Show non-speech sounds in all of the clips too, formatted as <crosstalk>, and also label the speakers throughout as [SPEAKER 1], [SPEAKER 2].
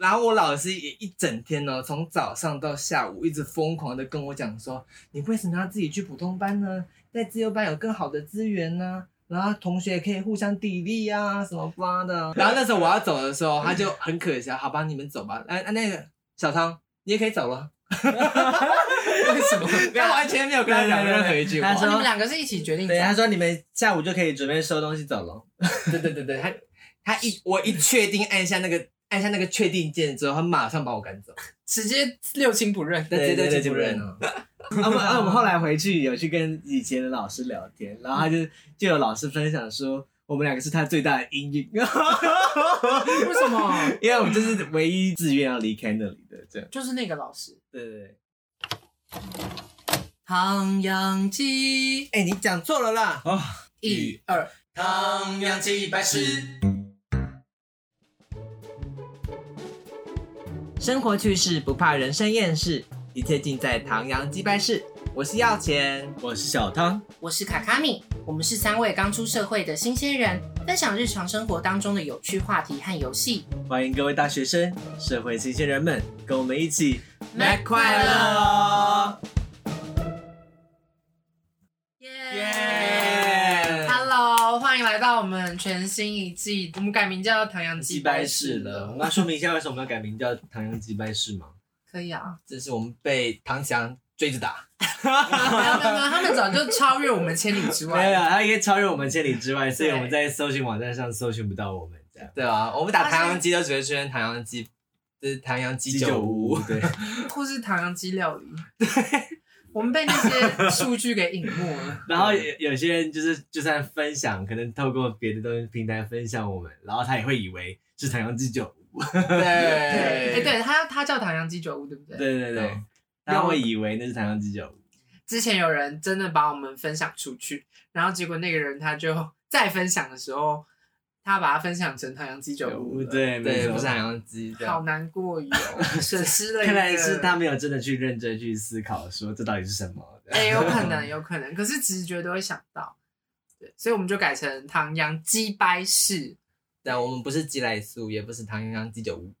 [SPEAKER 1] 然后我老师也一整天哦，从早上到下午一直疯狂的跟我讲说，你为什么要自己去普通班呢？在自由班有更好的资源呢、然后同学也可以互相砥砺啊，什么巴的。然后那时候我要走的时候，他就很可惜啊，好吧，你们走吧。哎、啊，那个小汤，你也可以走
[SPEAKER 2] <laughs>
[SPEAKER 1] 了。
[SPEAKER 3] 为什么？
[SPEAKER 1] 他完全没有跟他讲任何一句话
[SPEAKER 3] 他。
[SPEAKER 2] 哦
[SPEAKER 3] 说
[SPEAKER 2] 你们两个是一起决定走
[SPEAKER 3] 对，，他说你们下午就可以准备收东西走了。
[SPEAKER 1] 对对对对，他他一我一确定按下那个按下那个确定键之后，他马上把我赶走，
[SPEAKER 2] 直接六亲不认。
[SPEAKER 1] 那
[SPEAKER 3] 对
[SPEAKER 1] 绝
[SPEAKER 3] 对
[SPEAKER 1] 对
[SPEAKER 3] 对
[SPEAKER 1] 就不认了。
[SPEAKER 3] 啊，我们啊，我们后来回去有去跟以前的老师聊天，然后他就就有老师分享说，我们两个是他最大的阴影， <laughs>
[SPEAKER 2] 为什么？
[SPEAKER 3] 因为我们就是唯一自愿要离开那里的这样。
[SPEAKER 2] 就是那个老师，
[SPEAKER 3] 对对对，
[SPEAKER 2] 唐扬鸡，
[SPEAKER 1] 哎、你讲错了啦！
[SPEAKER 3] 哦，
[SPEAKER 2] 一二，
[SPEAKER 1] 唐扬鸡百事。
[SPEAKER 3] 生活趣事不怕人生厌世，
[SPEAKER 1] 一切尽在唐阳鸡掰室。我是要钱，
[SPEAKER 3] 我是小汤，
[SPEAKER 2] 我是卡卡米，我们是三位刚出社会的新鲜人，分享日常生活当中的有趣话题和游戏。
[SPEAKER 3] 欢迎各位大学生、社会新鲜人们，跟我们一起
[SPEAKER 2] Mac 快
[SPEAKER 3] 乐。
[SPEAKER 2] 耶、
[SPEAKER 1] 耶
[SPEAKER 2] Hello，欢迎来到我们全新一季，我们改名叫唐扬鸡
[SPEAKER 3] 鸡掰式了，我们要说明一下为什么要改名叫唐阳鸡掰式吗？
[SPEAKER 2] 可以啊，
[SPEAKER 1] 这是我们被唐翔追着打。
[SPEAKER 2] 没有没有没有，他们早就超越我们千里之
[SPEAKER 3] 没有，啊
[SPEAKER 2] 外。
[SPEAKER 3] 它应该超越我们千里之外，所以
[SPEAKER 2] 对
[SPEAKER 3] 我们在搜寻网站上搜寻不到我们这样。
[SPEAKER 1] 对啊，我们打唐阳鸡都只会出现唐阳鸡，就是唐阳鸡酒屋。
[SPEAKER 3] 对，
[SPEAKER 2] 或是唐扬鸡料理。对，我们被那些数据给隐没了。
[SPEAKER 3] 然后有有些人就是就算分享，可能透过别的东西平台分享我们，然后他也会以为是唐阳鸡酒屋。
[SPEAKER 1] <laughs> 对，
[SPEAKER 2] 对，哎、
[SPEAKER 1] 哎
[SPEAKER 2] 对他，他叫唐扬鸡酒屋，对不对？。
[SPEAKER 3] 对对对
[SPEAKER 1] 嗯，
[SPEAKER 3] 他会以为那是唐阳鸡酒屋。
[SPEAKER 2] 之前有人真的把我们分享出去，然后结果那个人他就 <laughs> 再分享的时候，他把它分享成唐扬鸡酒屋了，
[SPEAKER 3] 对
[SPEAKER 1] 对，啊不
[SPEAKER 3] 不
[SPEAKER 1] 是
[SPEAKER 3] 是
[SPEAKER 1] 唐阳鸡。这样
[SPEAKER 2] 好难过哟，损失了一个。
[SPEAKER 3] 看来是他没有真的去认真去思考，说这到底是什么。
[SPEAKER 2] 哎、有可能，有可能，可是直觉都会想到。对，所以我们就改成唐扬鸡掰式。
[SPEAKER 1] 对，我们不是鸡来素，也不是唐阳鸡酒屋。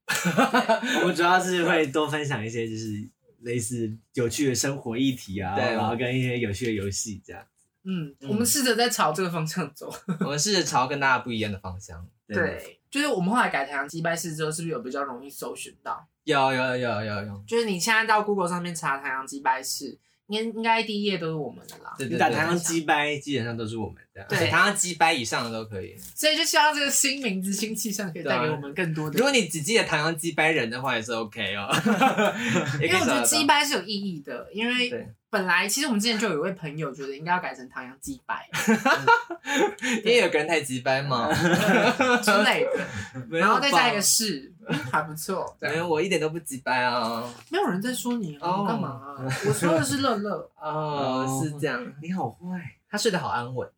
[SPEAKER 3] 我们主要是会多分享一些就是类似有趣的生活议题啊，
[SPEAKER 1] 对
[SPEAKER 3] 然后跟一些有趣的游戏这样。
[SPEAKER 2] 嗯，
[SPEAKER 1] 嗯
[SPEAKER 2] 我们试着在朝这个方向走。
[SPEAKER 1] 我们是朝跟大家不一样的方向。
[SPEAKER 2] 对，就是我们后来改唐扬鸡掰式之后，是不是有比较容易搜寻到？
[SPEAKER 1] 有有有有有，
[SPEAKER 2] 就是你现在到 Google 上面查唐扬鸡掰式，应该应该第一页都是我们的啦。
[SPEAKER 1] 对
[SPEAKER 3] 你
[SPEAKER 1] 对
[SPEAKER 3] 打
[SPEAKER 1] 对，
[SPEAKER 3] 台上鸡掰，基本上都是我们这样。
[SPEAKER 2] 对
[SPEAKER 1] 唐阳鸡掰以上的都可以。
[SPEAKER 2] 所以就希望这个新名字、新气象可以带
[SPEAKER 1] 啊
[SPEAKER 2] 给我们更多的。
[SPEAKER 1] 如果你只记得唐阳鸡掰人的话，也是 OK
[SPEAKER 2] <laughs>
[SPEAKER 1] 哦。因
[SPEAKER 2] 因为我觉得鸡掰是有意义的，因为
[SPEAKER 1] 对
[SPEAKER 2] 本来其实我们之前就有一位朋友觉得应该要改成唐扬鸡
[SPEAKER 1] <laughs>
[SPEAKER 2] 掰
[SPEAKER 1] 因为有个人太鸡掰
[SPEAKER 2] <laughs>
[SPEAKER 1] 嘛，
[SPEAKER 2] 之类的，
[SPEAKER 1] 没有
[SPEAKER 2] 然后再加一个
[SPEAKER 1] 吧
[SPEAKER 2] 是，嗯还不错。
[SPEAKER 1] 没有，我一点都不鸡掰啊。
[SPEAKER 2] 没有人在说你啊，
[SPEAKER 1] 哦
[SPEAKER 2] 你干嘛啊？我说的是乐乐，
[SPEAKER 1] 哦，是这样。
[SPEAKER 3] 你好坏，
[SPEAKER 1] 他睡得好安稳。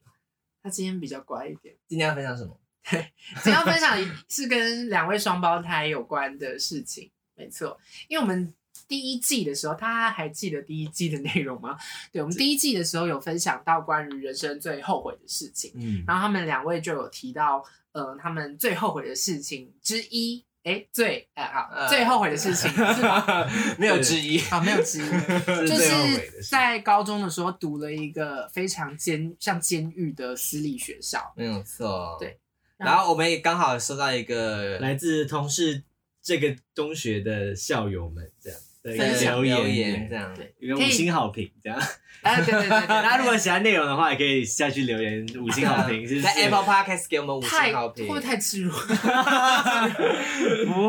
[SPEAKER 2] 他今天比较乖一点。
[SPEAKER 1] 今天要分享什么？
[SPEAKER 2] 今天要分享是跟两位双胞胎有关的事情，没错，因为我们第一季的时候，大家还记得第一季的内容吗？对，我们第一季的时候有分享到关于人生最后悔的事情，
[SPEAKER 3] 嗯，
[SPEAKER 2] 然后他们两位就有提到，呃，他们最后悔的事情之一，哎，最哎、好，
[SPEAKER 1] 呃
[SPEAKER 2] 最后悔的事情
[SPEAKER 3] <laughs>
[SPEAKER 2] 是吧？
[SPEAKER 1] 没有之一。
[SPEAKER 2] 啊，没有之一，
[SPEAKER 3] 这
[SPEAKER 2] 就
[SPEAKER 3] 最后悔
[SPEAKER 2] 是
[SPEAKER 3] 的事
[SPEAKER 2] 在高中的时候读了一个非常监像监狱的私立学校，
[SPEAKER 1] 没有错。
[SPEAKER 2] <laughs> 对。
[SPEAKER 1] 然后我们也刚好收到一个
[SPEAKER 3] 来自同事这个中学的校友们这样的一
[SPEAKER 1] 分
[SPEAKER 3] 个
[SPEAKER 1] 享留
[SPEAKER 3] 留
[SPEAKER 1] 言这
[SPEAKER 3] 样。
[SPEAKER 1] 样。啊
[SPEAKER 2] 对，
[SPEAKER 3] 一个
[SPEAKER 2] 可
[SPEAKER 3] 五
[SPEAKER 2] 以
[SPEAKER 3] 星好评
[SPEAKER 1] <laughs>
[SPEAKER 3] 这样，
[SPEAKER 2] 哎、对对对对对，
[SPEAKER 3] 大家如 <laughs> 果喜欢内容的话，也可以下去留言五星好评，是不是
[SPEAKER 1] <laughs> 在 Apple Podcast 给我们五
[SPEAKER 2] 太
[SPEAKER 1] 星好
[SPEAKER 2] 会
[SPEAKER 1] 评
[SPEAKER 2] 不，会太赤裸？
[SPEAKER 1] 不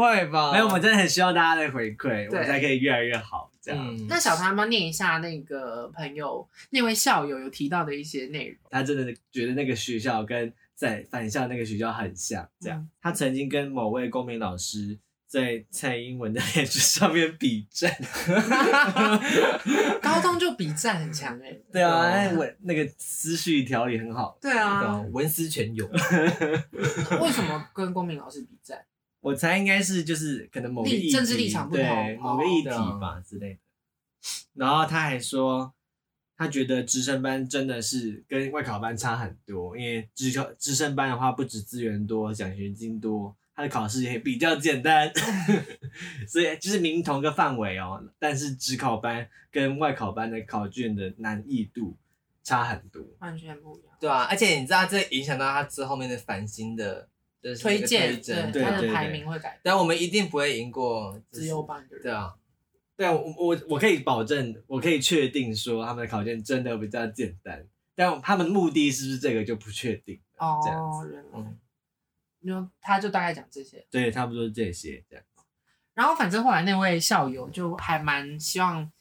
[SPEAKER 1] 会吧嗯
[SPEAKER 3] 没有，我们真的很需要大家的回馈，我们才可以越来越好这样。
[SPEAKER 1] 嗯，
[SPEAKER 2] 那小唐要不要念一下那个朋友那位校友有提到的一些内容？
[SPEAKER 3] 他真的觉得那个学校跟在返校那个学校很像，这
[SPEAKER 2] 嗯
[SPEAKER 3] 样。他曾经跟某位公民老师在蔡英文的脸书上面比战。
[SPEAKER 2] 高中就比战很强哎、
[SPEAKER 3] 对啊，
[SPEAKER 1] 哦
[SPEAKER 3] 哎，我那个思绪条理很好。
[SPEAKER 2] 对啊，
[SPEAKER 1] 懂文思泉
[SPEAKER 2] <laughs>
[SPEAKER 1] 涌。
[SPEAKER 2] 为什么跟公民老师比战？
[SPEAKER 3] 我猜应该是就是可能某个
[SPEAKER 2] 立
[SPEAKER 3] 议题
[SPEAKER 2] 政治立场不同
[SPEAKER 3] 对
[SPEAKER 2] 哦
[SPEAKER 3] 某个议题
[SPEAKER 1] 对啊
[SPEAKER 3] 吧之类的。然后他还说，他觉得直升班真的是跟外考班差很多，因为直考直升班的话，不止资源多，奖学金多，他的考试也比较简单， <laughs> 所以就是明明同个范围哦，但是职考班跟外考班的考卷的难易度差很多。
[SPEAKER 2] 完全不一样。
[SPEAKER 1] 对啊，而且你知道这影响到他之后面的繁星的的
[SPEAKER 2] 推荐
[SPEAKER 1] 真，
[SPEAKER 3] 对
[SPEAKER 2] 它
[SPEAKER 1] 啊
[SPEAKER 3] 对
[SPEAKER 2] 的
[SPEAKER 3] 对
[SPEAKER 2] 排名会改变，
[SPEAKER 1] 但我们一定不会赢过
[SPEAKER 2] 自由班的人
[SPEAKER 1] 对啊，
[SPEAKER 3] 对啊，我我我可以保证，我可以确定说他们的考卷真的比较简单，但他们目的是不是这个就不确定。这样
[SPEAKER 2] 哦，原来
[SPEAKER 1] 嗯，
[SPEAKER 2] 然后他就大概讲这些。
[SPEAKER 3] 对，差不多这些这样。
[SPEAKER 2] 然后反正后来那位校友就还蛮希望，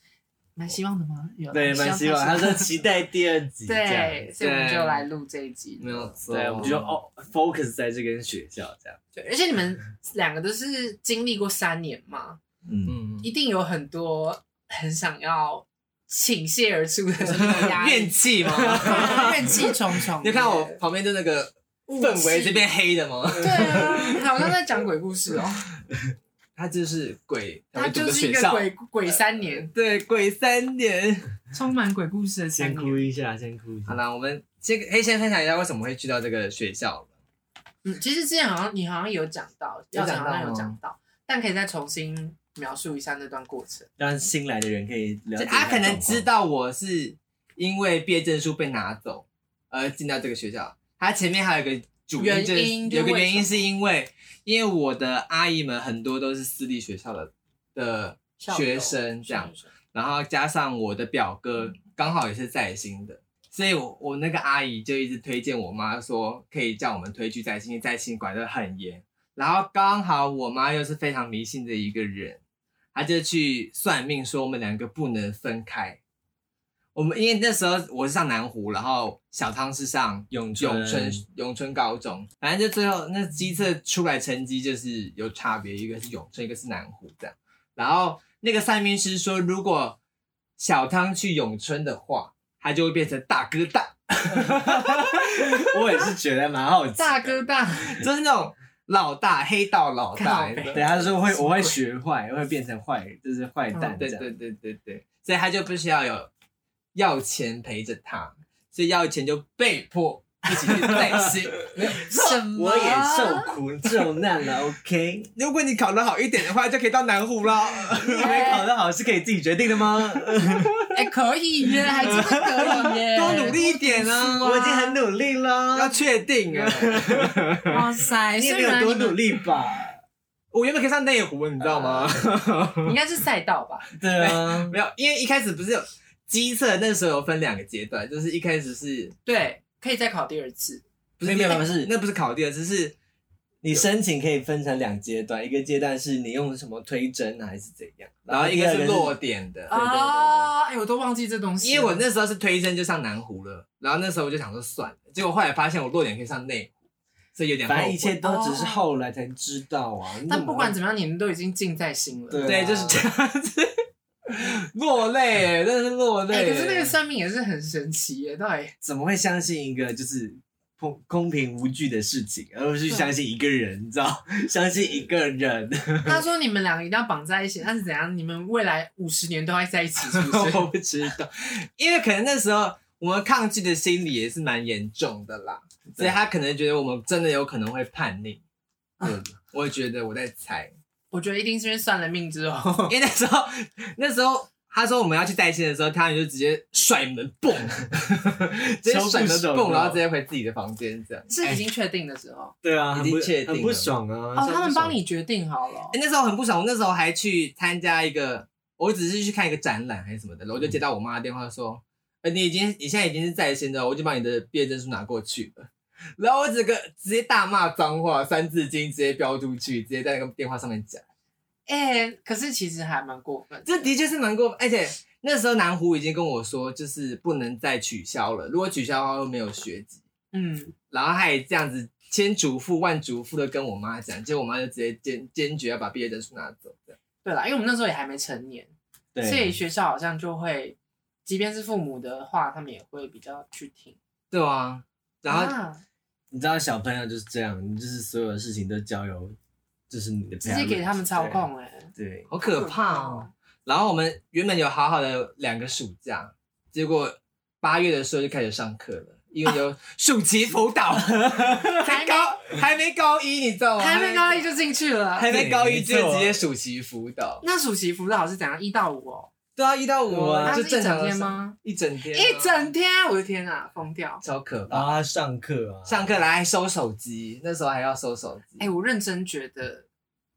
[SPEAKER 2] 蛮希望的吗？有
[SPEAKER 3] 对，蛮希望。他
[SPEAKER 2] 是
[SPEAKER 3] 说期待第二集这
[SPEAKER 2] 对，
[SPEAKER 3] 样。
[SPEAKER 2] 所以我们
[SPEAKER 1] 对
[SPEAKER 2] 就来录这一集。
[SPEAKER 1] 没有错，
[SPEAKER 3] 对，我们就哦，focus 在这间学校这样。
[SPEAKER 2] 对，而且你们两个都是经历过三年嘛，
[SPEAKER 3] 嗯，
[SPEAKER 1] 嗯，
[SPEAKER 2] 一定有很多很想要倾泻而出的那
[SPEAKER 1] <laughs>
[SPEAKER 2] 种压力
[SPEAKER 1] 怨气吗？
[SPEAKER 2] <laughs>
[SPEAKER 1] <laughs>
[SPEAKER 2] 怨气重重。
[SPEAKER 1] 你看我旁边就那个氛围这边黑的
[SPEAKER 2] <laughs>
[SPEAKER 1] 吗？
[SPEAKER 2] 对啊，好像在讲鬼故事哦，
[SPEAKER 1] 他就是鬼，
[SPEAKER 2] 他就
[SPEAKER 1] 们
[SPEAKER 2] 是
[SPEAKER 1] 读的学
[SPEAKER 2] 一个
[SPEAKER 1] 校
[SPEAKER 2] 鬼鬼三年，
[SPEAKER 1] 对鬼三年。
[SPEAKER 2] 充满鬼故事的三
[SPEAKER 3] 先哭
[SPEAKER 2] 年。
[SPEAKER 3] 一下，先哭一
[SPEAKER 1] 好
[SPEAKER 3] 下。
[SPEAKER 1] 了，我们先可以先分享一下为什么会去到这个学校。
[SPEAKER 2] 嗯，其实之前好像你好像有讲到，
[SPEAKER 1] 有
[SPEAKER 2] 要
[SPEAKER 1] 讲到
[SPEAKER 2] 讲好像有
[SPEAKER 1] 吗
[SPEAKER 2] 讲到，但可以再重新描述一下那段过程。
[SPEAKER 3] 让新来的人可以了
[SPEAKER 1] 就
[SPEAKER 3] 解
[SPEAKER 1] 他
[SPEAKER 3] 一下
[SPEAKER 1] 可能
[SPEAKER 3] 状况
[SPEAKER 1] 知道我是因为毕业证书被拿走而进到这个学校，他前面还有一个主
[SPEAKER 2] 原
[SPEAKER 1] 就是
[SPEAKER 2] 因就
[SPEAKER 1] 有个
[SPEAKER 2] 为
[SPEAKER 1] 原因
[SPEAKER 2] 什
[SPEAKER 1] 是因为因为我的阿姨们很多都是私立学校的的学生这样，然后加上我的表
[SPEAKER 3] 嗯
[SPEAKER 1] 哥刚好也是在新的，所以我我那个阿姨就一直推荐我妈说可以叫我们推去在新，因为在新管得很严。然后刚好我妈又是非常迷信的一个人，她就去算命说我们两个不能分开。我们因为那时候我是上南湖，然后小汤是上
[SPEAKER 3] 咏春
[SPEAKER 1] 永
[SPEAKER 3] <laughs>
[SPEAKER 1] 春永春高中，反正就最后那机测出来成绩就是有差别，一个是永春，一个是南湖这样。然后那个算命师说，如果小汤去永春的话，他就会变成大哥大，
[SPEAKER 3] 我也是觉得蛮好奇的。
[SPEAKER 2] 大哥大，
[SPEAKER 1] <laughs> 就是那种老大黑道老大
[SPEAKER 2] 靠。北
[SPEAKER 3] 对，他就说会我会学坏，我会变成坏人，就是坏蛋
[SPEAKER 2] 嗯
[SPEAKER 3] 这
[SPEAKER 1] 对
[SPEAKER 3] 样。
[SPEAKER 1] 对对对对，所以他就必须要有要钱陪着他，所以要钱就被迫一起去带薪。没有
[SPEAKER 2] 什
[SPEAKER 1] <laughs>
[SPEAKER 2] 么？
[SPEAKER 3] 我也受苦受难了，OK。
[SPEAKER 1] 如果你考得好一点的话，就可以到南湖了。
[SPEAKER 3] 你以为考得好是可以自己决定
[SPEAKER 1] <laughs>
[SPEAKER 3] 的吗？
[SPEAKER 2] 哎、可以耶，还真的可以耶，
[SPEAKER 1] 多努力一点啊！
[SPEAKER 3] 我已经很努力
[SPEAKER 1] 要
[SPEAKER 3] 了，
[SPEAKER 1] 确定啊！
[SPEAKER 2] 哇塞，
[SPEAKER 3] 你也
[SPEAKER 2] 哎
[SPEAKER 3] 没
[SPEAKER 2] 虽
[SPEAKER 3] 有
[SPEAKER 2] 然
[SPEAKER 3] 多
[SPEAKER 2] 你们
[SPEAKER 3] 努力吧？
[SPEAKER 1] 我原本可以上内湖，你知道吗？
[SPEAKER 2] <laughs> 应该是赛道吧？
[SPEAKER 3] 对啊，
[SPEAKER 1] 没有，因为一开始不是有机测，那时候有分两个阶段，就是一开始是
[SPEAKER 2] 对，可以再考第二次。
[SPEAKER 1] 不是
[SPEAKER 3] 没有没有是
[SPEAKER 1] 那不是考第二次是
[SPEAKER 3] <laughs> 你申请可以分成两阶段，一个阶段是你用什么推甄啊还是怎样，
[SPEAKER 1] 然后一
[SPEAKER 3] 啊第
[SPEAKER 1] 个
[SPEAKER 3] 二
[SPEAKER 1] 是
[SPEAKER 3] 是
[SPEAKER 1] 落点的，
[SPEAKER 3] 对对对
[SPEAKER 2] 哦，哎、我都忘记这东西了，
[SPEAKER 1] 因为我那时候是推甄就上南湖了，然后那时候我就想说算了，结果后来发现我落点可以上内湖，所以有点后
[SPEAKER 3] 反正
[SPEAKER 1] 悔
[SPEAKER 3] 一。切都只是后来才知道啊。你怎
[SPEAKER 2] 但
[SPEAKER 3] 么
[SPEAKER 2] 不管怎么样，你们都已经尽在心了。
[SPEAKER 3] 对
[SPEAKER 1] 对，就是这样子， <laughs> 落泪，真的是落
[SPEAKER 2] 哎、
[SPEAKER 1] 泪。
[SPEAKER 2] 可是那个算命也是很神奇耶，到 <laughs> 底
[SPEAKER 3] 怎么会相信一个就是公公平无据的事情，而不是相信一个人，你知道？相信一个人， <laughs>
[SPEAKER 2] 他说你们两个一定要绑在一起，那是怎样？你们未来五十年都要在一起，是
[SPEAKER 1] <laughs>
[SPEAKER 2] <laughs> 不是？
[SPEAKER 1] 我不知道，因为可能那时候我们抗拒的心理也是蛮严重的啦，所以他可能觉得我们真的有可能会叛逆。嗯，我觉得我在猜，
[SPEAKER 2] 我觉得一定是因为算了命之 <laughs> 后，
[SPEAKER 1] <laughs> 因为那时候那时候他说我们要去带薪的时候，他们就直接甩门蹦， <laughs> 直接甩门
[SPEAKER 3] 手不手
[SPEAKER 1] 蹦，
[SPEAKER 3] 的
[SPEAKER 1] 然后直接回自己的房间这样。哎
[SPEAKER 2] 是已经确定的时候。
[SPEAKER 3] 对啊，
[SPEAKER 1] 已
[SPEAKER 3] 很
[SPEAKER 1] 经
[SPEAKER 3] 不
[SPEAKER 1] 确定
[SPEAKER 3] 很不
[SPEAKER 1] 了
[SPEAKER 3] 爽啊。
[SPEAKER 2] 哦，
[SPEAKER 3] 超
[SPEAKER 2] 他
[SPEAKER 3] 不
[SPEAKER 2] 们
[SPEAKER 3] 爽
[SPEAKER 2] 帮你决定好了。
[SPEAKER 1] 哎、那时候很不爽，我那时候还去参加一个，我只是去看一个展览还是什么的，然后
[SPEAKER 3] 嗯
[SPEAKER 1] 我就接到我妈的电话说，呃，你已经你现在已经是在线的，我就把你的毕业证书拿过去了。然后我整个直接大骂脏话，《三字经》直接飙出去，直接在那个电话上面讲，
[SPEAKER 2] 哎、可是其实还蛮过分的。
[SPEAKER 1] 这的确是蛮过分。而且那时候南湖已经跟我说，就是不能再取消了，如果取消的话会没有学籍。
[SPEAKER 2] 嗯，
[SPEAKER 1] 然后他也这样子千嘱咐万嘱咐的跟我妈讲，结果我妈就直接坚坚决要把毕业证书拿走。这样
[SPEAKER 2] 对啦，因为我们那时候也还没成年，所以
[SPEAKER 3] 对，啊
[SPEAKER 2] 学校好像就会，即便是父母的话，他们也会比较去听。
[SPEAKER 1] 对啊，然后
[SPEAKER 2] 啊、
[SPEAKER 3] 你知道小朋友就是这样，你就是所有的事情都交由，就是你的
[SPEAKER 2] 直接给他们操。控哎、
[SPEAKER 3] 对，
[SPEAKER 1] 好可怕哦！！然后我们原本有好好的两个暑假，结果八月的时候就开始上课了，一个有暑期辅
[SPEAKER 2] <laughs>
[SPEAKER 1] 导，
[SPEAKER 2] 还没
[SPEAKER 1] 高还没高一，你知道吗？
[SPEAKER 2] 还没高一就进去了。
[SPEAKER 1] 还没高一就直接暑期辅导，
[SPEAKER 2] 那暑期辅导是怎样？一到五哦，
[SPEAKER 1] 对啊，一到五
[SPEAKER 3] 哇
[SPEAKER 1] 啊，
[SPEAKER 2] 那
[SPEAKER 1] 就是正
[SPEAKER 2] 一
[SPEAKER 1] 常
[SPEAKER 2] 整
[SPEAKER 1] 的
[SPEAKER 2] 天
[SPEAKER 1] 上？
[SPEAKER 2] 吗？
[SPEAKER 1] 一整天啊，
[SPEAKER 2] 一整天，我的天啊，疯掉！
[SPEAKER 1] 超可怕。
[SPEAKER 3] 啊，上课啊，
[SPEAKER 1] 上课来收手机，那时候还要收手机。
[SPEAKER 2] 哎、我认真觉得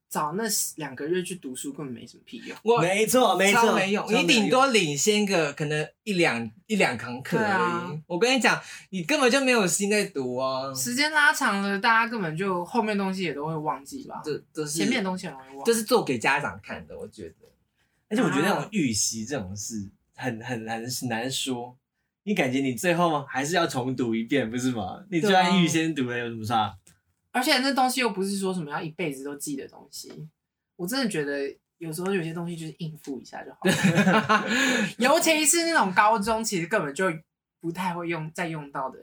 [SPEAKER 2] 找那两个月去读书根本没什么屁用。
[SPEAKER 1] 我
[SPEAKER 3] 没错没
[SPEAKER 1] 超
[SPEAKER 3] 错，
[SPEAKER 1] 没用，
[SPEAKER 3] 超
[SPEAKER 1] 你顶
[SPEAKER 3] 用
[SPEAKER 1] 多领先个可能一两一两堂课而
[SPEAKER 2] 对
[SPEAKER 1] 已。
[SPEAKER 2] 啊
[SPEAKER 1] 我跟你讲，你根本就没有心在读哦。
[SPEAKER 2] 时间拉长了，大家根本就后面东西也都会忘记吧？
[SPEAKER 1] 这这是
[SPEAKER 2] 前面的东西很容易忘。
[SPEAKER 1] 这是做给家长看的，我觉得。
[SPEAKER 3] 而且我觉得那
[SPEAKER 2] 啊
[SPEAKER 3] 种预习这种事很很很难说，你感觉你最后还是要重读一遍，不是吗？你就
[SPEAKER 1] 对啊
[SPEAKER 3] 算预先读了有什么差？
[SPEAKER 2] 而且那东西又不是说什么要一辈子都记的东西，我真的觉得有时候有些东西就是应付一下就好
[SPEAKER 1] <laughs>
[SPEAKER 2] 了，尤其是那种高中其实根本就不太会用再用到的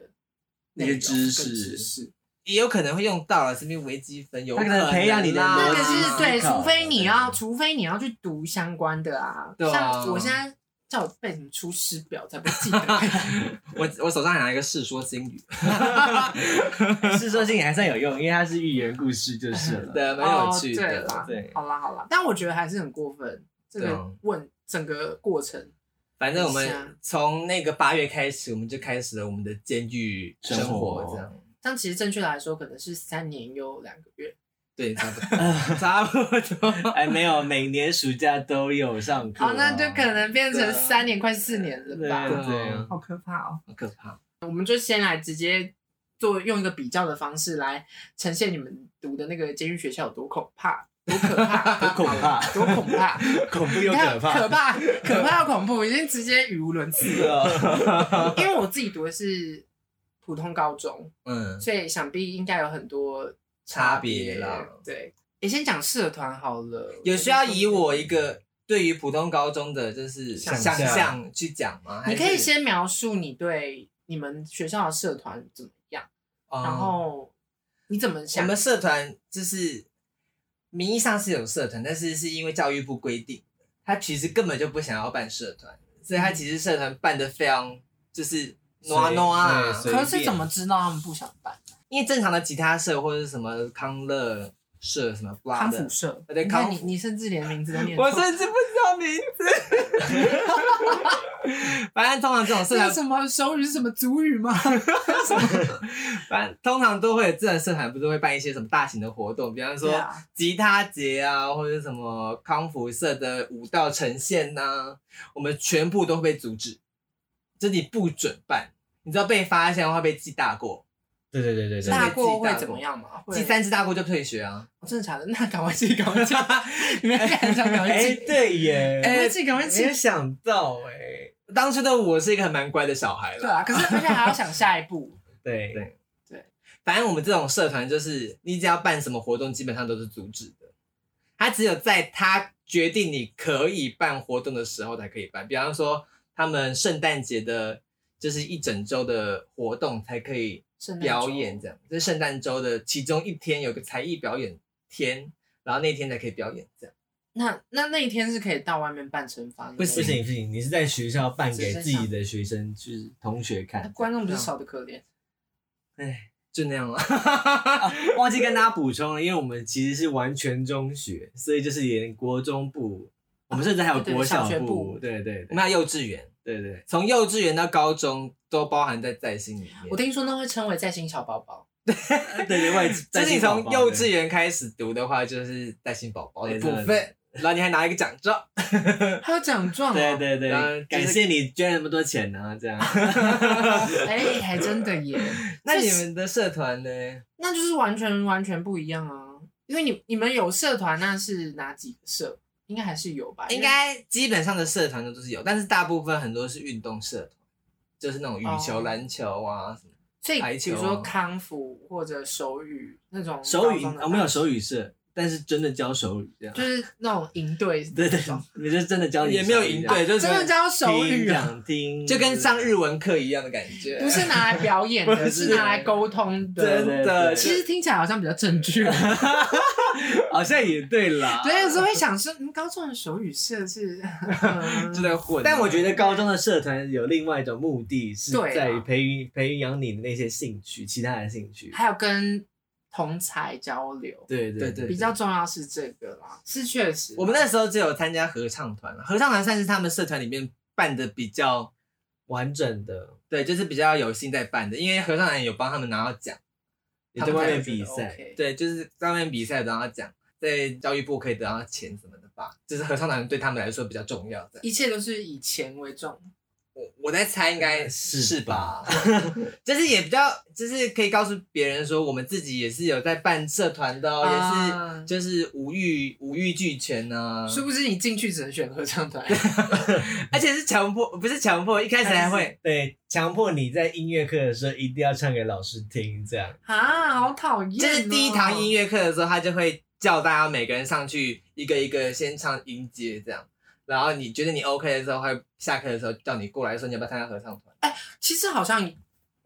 [SPEAKER 2] 内容
[SPEAKER 3] 一些知识
[SPEAKER 2] 跟知识，
[SPEAKER 1] 也有可能会用到了，是不是微积分有
[SPEAKER 3] 它可能
[SPEAKER 1] 能
[SPEAKER 3] 培养你的
[SPEAKER 1] 啦
[SPEAKER 3] 逻
[SPEAKER 2] 那个
[SPEAKER 3] 辑
[SPEAKER 2] 是
[SPEAKER 3] 思
[SPEAKER 2] 对，
[SPEAKER 3] 考
[SPEAKER 2] 除非你要，
[SPEAKER 3] 对
[SPEAKER 2] 除非你要去读相关的啊，
[SPEAKER 1] 对啊
[SPEAKER 2] 像我现在。叫我背什么《出师表》才不记得，
[SPEAKER 1] 我我手上拿一个《世说新语 <laughs>
[SPEAKER 3] 是说性还算有用，因为它是寓言故事就是》了。
[SPEAKER 1] 对， <laughs> 蛮有趣的。
[SPEAKER 2] 哦对啦
[SPEAKER 3] 对，
[SPEAKER 2] 好啦好啦，但我觉得还是很过分，这
[SPEAKER 1] 对
[SPEAKER 2] 个
[SPEAKER 1] 啊
[SPEAKER 2] 问整个过程，
[SPEAKER 1] 反正我
[SPEAKER 2] 是啊
[SPEAKER 1] 们从那个八月开始，我们就开始了我们的监狱生
[SPEAKER 3] 生活
[SPEAKER 1] 活，这样
[SPEAKER 2] 但其实正确来说，可能是三年又两个月。
[SPEAKER 1] 对，差不多， <laughs> 差不多。
[SPEAKER 3] <laughs> 哎，没有，每年暑假都有上课啊。
[SPEAKER 2] 哦，那就可能变成三年快四年了
[SPEAKER 3] 对
[SPEAKER 2] 吧，
[SPEAKER 3] 对啊，
[SPEAKER 2] 好可怕哦！
[SPEAKER 1] 好可怕。
[SPEAKER 2] 我们就先来直接做用一个比较的方式来呈现你们读的那个监狱学校有多可怕，多可怕，
[SPEAKER 3] <laughs> 多恐怕
[SPEAKER 2] 多
[SPEAKER 3] <laughs>
[SPEAKER 2] 恐怕，
[SPEAKER 3] 恐怖又
[SPEAKER 2] 你看
[SPEAKER 3] 可怕。
[SPEAKER 2] 可怕，可怕又恐怖，已经直接语无伦次了。
[SPEAKER 3] 啊
[SPEAKER 2] <laughs> 因为我自己读的是普通高中，
[SPEAKER 1] 嗯，
[SPEAKER 2] 所以想必应该有很多
[SPEAKER 1] 差别
[SPEAKER 2] 别
[SPEAKER 1] 啦。
[SPEAKER 2] 对，也先讲社团好了，
[SPEAKER 1] 有需要以我一个对于普通高中的就是
[SPEAKER 2] 想
[SPEAKER 1] 想
[SPEAKER 2] 象
[SPEAKER 1] 象去讲吗？
[SPEAKER 2] 你
[SPEAKER 1] 还是
[SPEAKER 2] 可以，先描述你对你们学校的社团怎么样，
[SPEAKER 1] 嗯
[SPEAKER 2] 然后你怎么
[SPEAKER 1] 我
[SPEAKER 2] 想？
[SPEAKER 1] 们社团就是名义上是有社团，但是是因为教育部规定，他其实根本就不想要办社团，所以他其实社团办的非常就是挪挪啊，
[SPEAKER 3] 对随
[SPEAKER 2] 可是怎么知道他们不想办？
[SPEAKER 1] 因为正常的吉他社或者是什么康乐社什么不拉
[SPEAKER 2] 康
[SPEAKER 1] 的
[SPEAKER 2] 复，社，
[SPEAKER 1] 对
[SPEAKER 2] 你看
[SPEAKER 1] 康
[SPEAKER 2] 你你甚至连名字都念
[SPEAKER 1] <laughs> 我
[SPEAKER 2] 错
[SPEAKER 1] 甚至不知道名字。 <laughs> 反正通常这种社
[SPEAKER 2] 这
[SPEAKER 1] 团
[SPEAKER 2] 是什么手语是什么族
[SPEAKER 1] <laughs>
[SPEAKER 2] 语吗？
[SPEAKER 1] 反正通常都会有自然社团，不是会办一些什么大型的活动，比方
[SPEAKER 2] 对
[SPEAKER 1] 说
[SPEAKER 2] 啊
[SPEAKER 1] 吉他节啊，或者什么康复社的舞蹈呈现呐、我们全部都会被阻止，就是你不准办，你知道被发现的话被记大过，
[SPEAKER 3] 对对对对对，
[SPEAKER 2] 大过会怎么样嘛？会
[SPEAKER 1] 记三次大过就退学啊。
[SPEAKER 2] 哦真的假的？那赶快记，赶快记，
[SPEAKER 1] <laughs>
[SPEAKER 2] 你们赶快记赶快
[SPEAKER 3] 哎，
[SPEAKER 2] 记，
[SPEAKER 3] 对耶，
[SPEAKER 2] 赶快记，赶
[SPEAKER 3] 没
[SPEAKER 2] 快
[SPEAKER 3] 有
[SPEAKER 2] 记。
[SPEAKER 3] 想到哎，
[SPEAKER 1] 当初的我是一个很蛮乖的小孩
[SPEAKER 2] 对
[SPEAKER 1] 了，
[SPEAKER 2] 啊，可是而且还要想下一步，
[SPEAKER 3] 对
[SPEAKER 1] 对反正我们这种社团就是你只要办什么活动，基本上都是阻止的，他只有在他决定你可以办活动的时候才可以办，比方说他们圣诞节的。就是一整周的活动才可以
[SPEAKER 2] 圣诞
[SPEAKER 1] 表
[SPEAKER 2] 周
[SPEAKER 1] 演这样，这是圣诞周的其中一天有个才艺表演天，然后那天才可以表演这样。
[SPEAKER 2] 那那那一天是可以到外面办惩罚的吗，
[SPEAKER 1] 不
[SPEAKER 3] 不行不行，你是在学校办给自己的学生，就是同学
[SPEAKER 2] 那
[SPEAKER 3] 看。
[SPEAKER 2] 观众
[SPEAKER 1] 嗯
[SPEAKER 2] 不是少的可怜。
[SPEAKER 1] 哎，就那样了。
[SPEAKER 3] 啊 <laughs> 忘记跟大家补充了，因为我们其实是完全中学，所以就是连国中部，我们甚至还有
[SPEAKER 1] 哦
[SPEAKER 2] 对对
[SPEAKER 3] 国小
[SPEAKER 2] 小学部
[SPEAKER 3] 部，对对
[SPEAKER 1] 我
[SPEAKER 3] 对
[SPEAKER 1] 们还有幼稚园，
[SPEAKER 3] 对对，
[SPEAKER 1] 从幼稚园到高中都包含在在心里
[SPEAKER 2] 我
[SPEAKER 1] 面。
[SPEAKER 2] 听说那会称为在新小宝宝，
[SPEAKER 3] 呃对对
[SPEAKER 1] <laughs>
[SPEAKER 3] 外，
[SPEAKER 1] 就
[SPEAKER 3] 在
[SPEAKER 1] 是你
[SPEAKER 3] 新宝
[SPEAKER 1] 从
[SPEAKER 3] 宝
[SPEAKER 1] 幼稚园开始读的话，就是带薪宝宝的
[SPEAKER 3] 对
[SPEAKER 1] 部
[SPEAKER 3] 对
[SPEAKER 1] 分，然后你还拿一个奖状，
[SPEAKER 2] 还有奖状、哦。
[SPEAKER 3] 对对对
[SPEAKER 1] 呃
[SPEAKER 3] 对，
[SPEAKER 1] 就是
[SPEAKER 3] 感谢你捐了那么多钱呢，这样
[SPEAKER 2] <laughs> 哎、还真的耶。
[SPEAKER 1] <laughs> 那 <laughs>
[SPEAKER 2] 这
[SPEAKER 1] 你
[SPEAKER 2] 是
[SPEAKER 1] 们的社团呢？
[SPEAKER 2] 那就是完全完全不一样啊，因为你你们有社团，那是哪几个社？应该还是有吧？
[SPEAKER 1] 应
[SPEAKER 2] 因为
[SPEAKER 1] 该基本上的社团都是有，但是大部分很多是运动社团，就是那种羽球、
[SPEAKER 2] 哦
[SPEAKER 1] 篮球啊什么。
[SPEAKER 2] 所以
[SPEAKER 1] 排
[SPEAKER 2] 比
[SPEAKER 1] 球啊
[SPEAKER 2] 如说康复或者手语那种
[SPEAKER 3] 手语
[SPEAKER 2] 高中的
[SPEAKER 1] 哦
[SPEAKER 3] 我们有手语社，但是真的教手语这样
[SPEAKER 2] 就，是那种
[SPEAKER 1] <laughs>
[SPEAKER 2] 营队，
[SPEAKER 3] 对对，你就真的教你
[SPEAKER 1] 也没有
[SPEAKER 3] 手语
[SPEAKER 1] 赢
[SPEAKER 3] 这样
[SPEAKER 1] 对，就是
[SPEAKER 2] 真的教手
[SPEAKER 3] 听
[SPEAKER 2] 语啊，
[SPEAKER 3] 讲听，
[SPEAKER 1] 就跟上日文课一样的感觉。<laughs>
[SPEAKER 2] 不是拿来表演的，
[SPEAKER 3] 不
[SPEAKER 2] 是
[SPEAKER 3] 是
[SPEAKER 2] 拿来沟通的。
[SPEAKER 3] 真的
[SPEAKER 1] 对 <laughs>
[SPEAKER 2] 其实听起来好像比较正确，
[SPEAKER 3] 好像也对啦。
[SPEAKER 2] 对，有时候会想说，嗯，高中的手语
[SPEAKER 1] <laughs>
[SPEAKER 2] 社是， <laughs> 嗯
[SPEAKER 1] 就在混。
[SPEAKER 3] 但我觉得高中的社团有另外一种目的，是
[SPEAKER 2] 对啊
[SPEAKER 3] 在于培育培养你的那些兴趣，其他的兴趣。
[SPEAKER 2] 还有跟同才交流，
[SPEAKER 3] 对
[SPEAKER 1] 对对
[SPEAKER 3] 对，
[SPEAKER 2] 比较重要是这个啦，是确实。
[SPEAKER 1] 我们那时候只有参加合唱团，啊合唱团算是他们社团里面办的比较，
[SPEAKER 3] 完整的，
[SPEAKER 1] 对，就是比较有心在办的，因为合唱团有帮他们拿到奖，
[SPEAKER 3] 也
[SPEAKER 1] 他
[SPEAKER 3] 在
[SPEAKER 1] 们
[SPEAKER 3] 外
[SPEAKER 1] 才
[SPEAKER 3] 面
[SPEAKER 1] 有
[SPEAKER 3] 比赛，
[SPEAKER 2] 对，
[SPEAKER 1] 对，就是在外面比赛得到奖，在教育部可以得到钱什么的吧，就是合唱团对他们来说比较重要的。
[SPEAKER 2] 一切都是以钱为重。
[SPEAKER 1] 我我在猜应该
[SPEAKER 3] 是
[SPEAKER 1] 是吧， <laughs> 就是也比较，就是可以告诉别人说，我们自己也是有在办社团的、哦，
[SPEAKER 2] 啊
[SPEAKER 1] 也是就是五育五育俱全呢、
[SPEAKER 2] 殊不知你进去只能选合
[SPEAKER 1] <laughs>
[SPEAKER 2] 唱团，
[SPEAKER 1] 而且是强迫，不是强迫，一开始还会。
[SPEAKER 3] 对，强迫你在音乐课的时候一定要唱给老师听，这样。
[SPEAKER 2] 啊，好讨厌、哦！
[SPEAKER 1] 就是第一堂音乐课的时候，他就会叫大家每个人上去一个一个先唱音阶这样，然后你觉得你 OK 的时候，会下课的时候叫你过来说你要不要参加合唱团。
[SPEAKER 2] 其实好像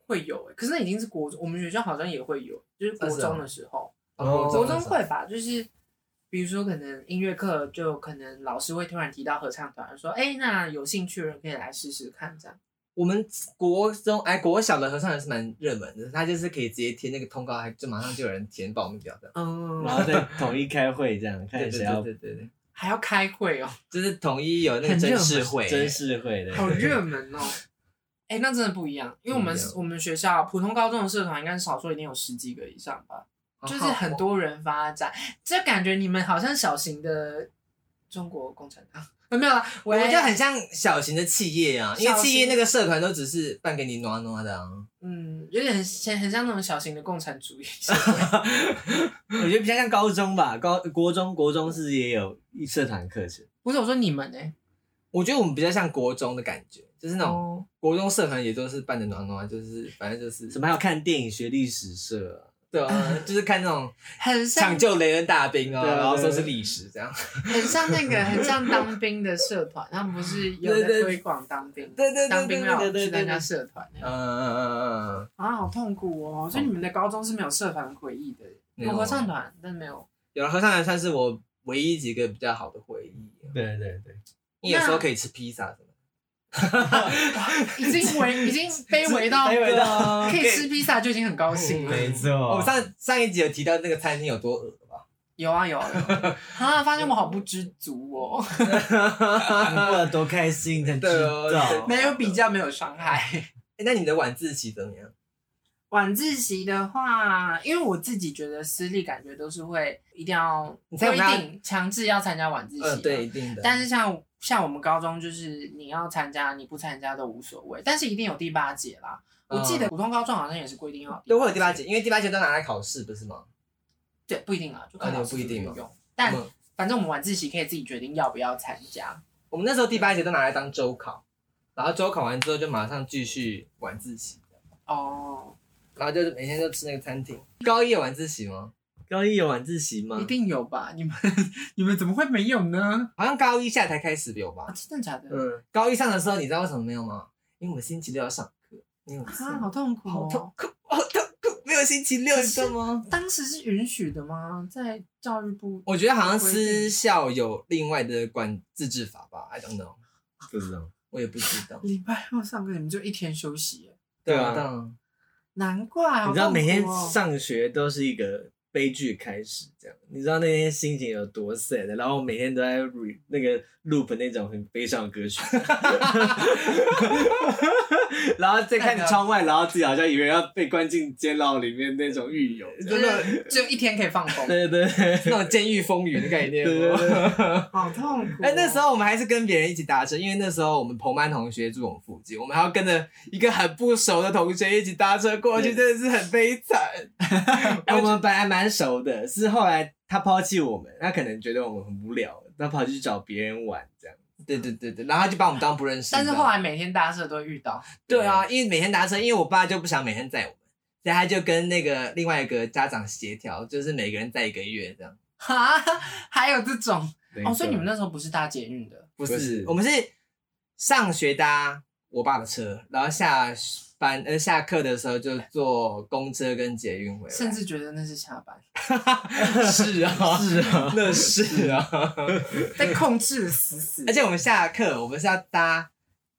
[SPEAKER 2] 会有、欸，可是那已经是国中，我们学校好像也会有，就是
[SPEAKER 1] 啊
[SPEAKER 2] 国中的时候，
[SPEAKER 3] 哦
[SPEAKER 2] 国中会吧，就是比如说可能音乐课就可能老师会突然提到合唱团，说哎、欸那有兴趣的人可以来试试看这样。
[SPEAKER 1] 我们国中哎国小的合唱团是蛮热门的，他就是可以直接贴那个通告，还就马上就有人填报名表的。
[SPEAKER 2] 嗯，
[SPEAKER 3] 然后再统一开会，这样
[SPEAKER 2] 哎
[SPEAKER 1] 对
[SPEAKER 3] 看谁
[SPEAKER 1] 对
[SPEAKER 3] 要
[SPEAKER 1] 对对对对，
[SPEAKER 2] 还要开会哦、
[SPEAKER 1] 就是统一有那个真事会，
[SPEAKER 3] 真是会的。
[SPEAKER 2] 好热门哦、 <laughs> 哎、那真的不一样，因为我们
[SPEAKER 1] 不一样
[SPEAKER 2] 我们学校普通高中的社团应该少说一定有十几个以上吧，
[SPEAKER 1] 哦
[SPEAKER 2] 就是很多人发展，这感觉你们好像小型的中国共产党， <laughs> 啊没有啦，
[SPEAKER 1] 我们就很像小型的企业啊，因为企业那个社团都只是办给你暖暖的啊。
[SPEAKER 2] 嗯，有点像很像那种小型的共产主义
[SPEAKER 1] <laughs>
[SPEAKER 2] 社会，
[SPEAKER 3] 我觉得比较像高中吧，高国中国中是也有一社团课程，
[SPEAKER 2] 不是我说你们呢、欸
[SPEAKER 1] 我觉得我们比较像国中的感觉，就是那种
[SPEAKER 2] 哦，
[SPEAKER 1] 国中社团也都是办的暖暖，就是反正就是
[SPEAKER 3] 什么还有看电影学历史社、
[SPEAKER 1] 对啊，就是看那种
[SPEAKER 2] 很像
[SPEAKER 1] 抢救雷恩大兵啊，
[SPEAKER 3] 对啊
[SPEAKER 1] 然后说是历史这样。
[SPEAKER 2] 很像那个很像当兵的社团，他们不是有在
[SPEAKER 1] 对对
[SPEAKER 2] 推广当兵，
[SPEAKER 1] 对对对
[SPEAKER 2] 当兵要
[SPEAKER 1] 对对
[SPEAKER 2] 去
[SPEAKER 1] 对
[SPEAKER 2] 参
[SPEAKER 1] 对
[SPEAKER 2] 加
[SPEAKER 1] 对。
[SPEAKER 2] 社团欸、
[SPEAKER 1] 嗯嗯嗯嗯，
[SPEAKER 2] 啊，好痛苦哦！所以你们的高中是没有社团回忆的，
[SPEAKER 1] 没有啊
[SPEAKER 2] 有合唱团，但
[SPEAKER 1] <laughs>
[SPEAKER 2] 没有。
[SPEAKER 1] 有了合唱团算是我唯一几个比较好的回忆。
[SPEAKER 3] 对对对，
[SPEAKER 1] 你有时候可以吃披萨什么的。
[SPEAKER 2] 已经微已经卑微到
[SPEAKER 3] 卑微到
[SPEAKER 2] 可以吃披萨就已经很高兴了。
[SPEAKER 3] 没错。
[SPEAKER 1] 我们上上一集有提到那个餐厅有多恶吧？
[SPEAKER 2] 有啊有啊，有
[SPEAKER 1] <laughs>
[SPEAKER 2] 啊啊发现我好不知足哦，
[SPEAKER 3] 过得 <laughs> 多开心才知
[SPEAKER 1] 对哦
[SPEAKER 3] 道。
[SPEAKER 2] <laughs> 没啊有比较没有伤害。
[SPEAKER 1] 哎，那你的晚自习怎么样？
[SPEAKER 2] 晚自习的话，因为我自己觉得私立感觉都是会一定要
[SPEAKER 1] 你才有
[SPEAKER 2] 规
[SPEAKER 1] 那
[SPEAKER 2] 定强制要参加晚自习、
[SPEAKER 1] 呃，对，一。定的。
[SPEAKER 2] 但是像像我们高中就是你要参加你不参加都无所谓，但是一定有第八节啦。我记得普通高中好像也是规定要有
[SPEAKER 1] 都会有第八节，因为第八节都拿来考试，不是吗？
[SPEAKER 2] 对，不一定啦，就看
[SPEAKER 1] 啊
[SPEAKER 2] 老师
[SPEAKER 1] 不一定
[SPEAKER 2] 有
[SPEAKER 1] 吗
[SPEAKER 2] 用。但
[SPEAKER 1] 我们
[SPEAKER 2] 反正我们晚自习可以自己决定要不要参加。
[SPEAKER 1] 我们那时候第八节都拿来当周考，然后周考完之后就马上继续晚自习。
[SPEAKER 2] 哦，
[SPEAKER 1] 然后就是每天就吃那个餐厅。高一有晚自习吗？
[SPEAKER 3] 高一有晚自习吗
[SPEAKER 2] 一？定有吧？你们你们怎么会没有呢？
[SPEAKER 1] 好像高一下才开始有吧
[SPEAKER 2] 啊，？真的假的？
[SPEAKER 3] 嗯，
[SPEAKER 1] 高一上的时候，你知道为什么没有吗？因为我们星期六要上课，没有上
[SPEAKER 2] 啊，好痛苦
[SPEAKER 1] 好痛
[SPEAKER 2] 哦！
[SPEAKER 1] 苦，好痛苦，没有星期六，你知道吗？
[SPEAKER 2] 当时是允许的吗？在教育部
[SPEAKER 1] 我觉得好像私校有另外的管自治法吧，I don't know，
[SPEAKER 3] 不知道。
[SPEAKER 1] 我也不知
[SPEAKER 2] <laughs>
[SPEAKER 1] 道。
[SPEAKER 2] 礼拜六上课，你们就一天休息耶，
[SPEAKER 1] 对
[SPEAKER 3] 啊
[SPEAKER 1] 啊，当然
[SPEAKER 2] 难怪。
[SPEAKER 3] 你知道
[SPEAKER 2] 好痛苦哦
[SPEAKER 3] 每天上学都是一个悲剧开始，这样。你知道那天心情有多 sad，然后我每天都在 re, 那个 loop 那种很悲伤的歌
[SPEAKER 1] <laughs>
[SPEAKER 3] 曲，然后再看窗外，然后自己好像以为要被关进监牢里面那种狱友。这
[SPEAKER 2] <laughs> 就
[SPEAKER 3] 样
[SPEAKER 2] 是只有一天可以放风，
[SPEAKER 3] 对对对
[SPEAKER 1] 那种监狱风云的概念
[SPEAKER 3] 对对
[SPEAKER 1] 吗。
[SPEAKER 3] 对，
[SPEAKER 2] 好痛苦哦。
[SPEAKER 1] 哎、那时候我们还是跟别人一起搭车，因为那时候我们彭曼同学住我们附近，我们还要跟着一个很不熟的同学一起搭车过去，真的是很悲惨。
[SPEAKER 3] 哎我们本来蛮熟的，是后来他抛弃我们，他可能觉得我们很无聊，他跑去找别人玩这样。
[SPEAKER 1] 对对对对，然后他就把我们当不认识的。
[SPEAKER 2] 但是后来每天搭社都会遇到， <laughs>
[SPEAKER 1] 对啊，因为每天搭车，因为我爸就不想每天载我们，所以他就跟那个另外一个家长协调，就是每个人载一个月这样。
[SPEAKER 2] 哈，还有这种哦，
[SPEAKER 3] 没
[SPEAKER 2] 所以你们
[SPEAKER 3] 错
[SPEAKER 2] 那时候不是搭捷运的，
[SPEAKER 1] 不
[SPEAKER 3] 不是
[SPEAKER 1] 我们是上学搭我爸的车，然后下班呃下课的时候就坐公车跟捷运回来，
[SPEAKER 2] 甚至觉得那是下班，
[SPEAKER 1] 是啊，
[SPEAKER 3] <laughs> 是啊，
[SPEAKER 1] 那是啊，
[SPEAKER 2] <laughs> 被控制得死死的。
[SPEAKER 1] 而且我们下课我们是要搭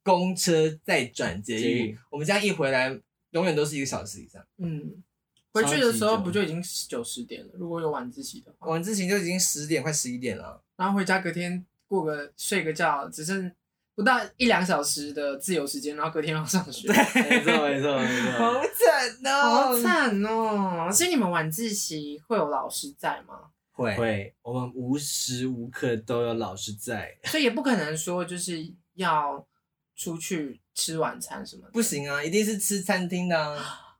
[SPEAKER 1] 公车再转捷
[SPEAKER 3] 捷
[SPEAKER 1] 运
[SPEAKER 3] 运，
[SPEAKER 1] 我们这样一回来永远都是一个小时以上。
[SPEAKER 2] 嗯，回去的时候
[SPEAKER 3] 超级久
[SPEAKER 2] 不就已经九十点了？如果有晚自习的话，
[SPEAKER 1] 晚自习就已经十点快十一点了，
[SPEAKER 2] 然后回家隔天过个睡个觉，只剩不到一两小时的自由时间，然后隔天要上学，
[SPEAKER 3] <laughs> 没错没错没
[SPEAKER 1] 好
[SPEAKER 3] 错。
[SPEAKER 1] 惨
[SPEAKER 2] 好
[SPEAKER 1] 哦！
[SPEAKER 2] 惨哦！所以你们晚自习会有老师在吗？
[SPEAKER 1] 会
[SPEAKER 3] 会，我们无时无刻都有老师在，
[SPEAKER 2] 所以也不可能说就是要出去吃晚餐什么的，
[SPEAKER 1] 不行啊，一定是吃餐厅的、啊，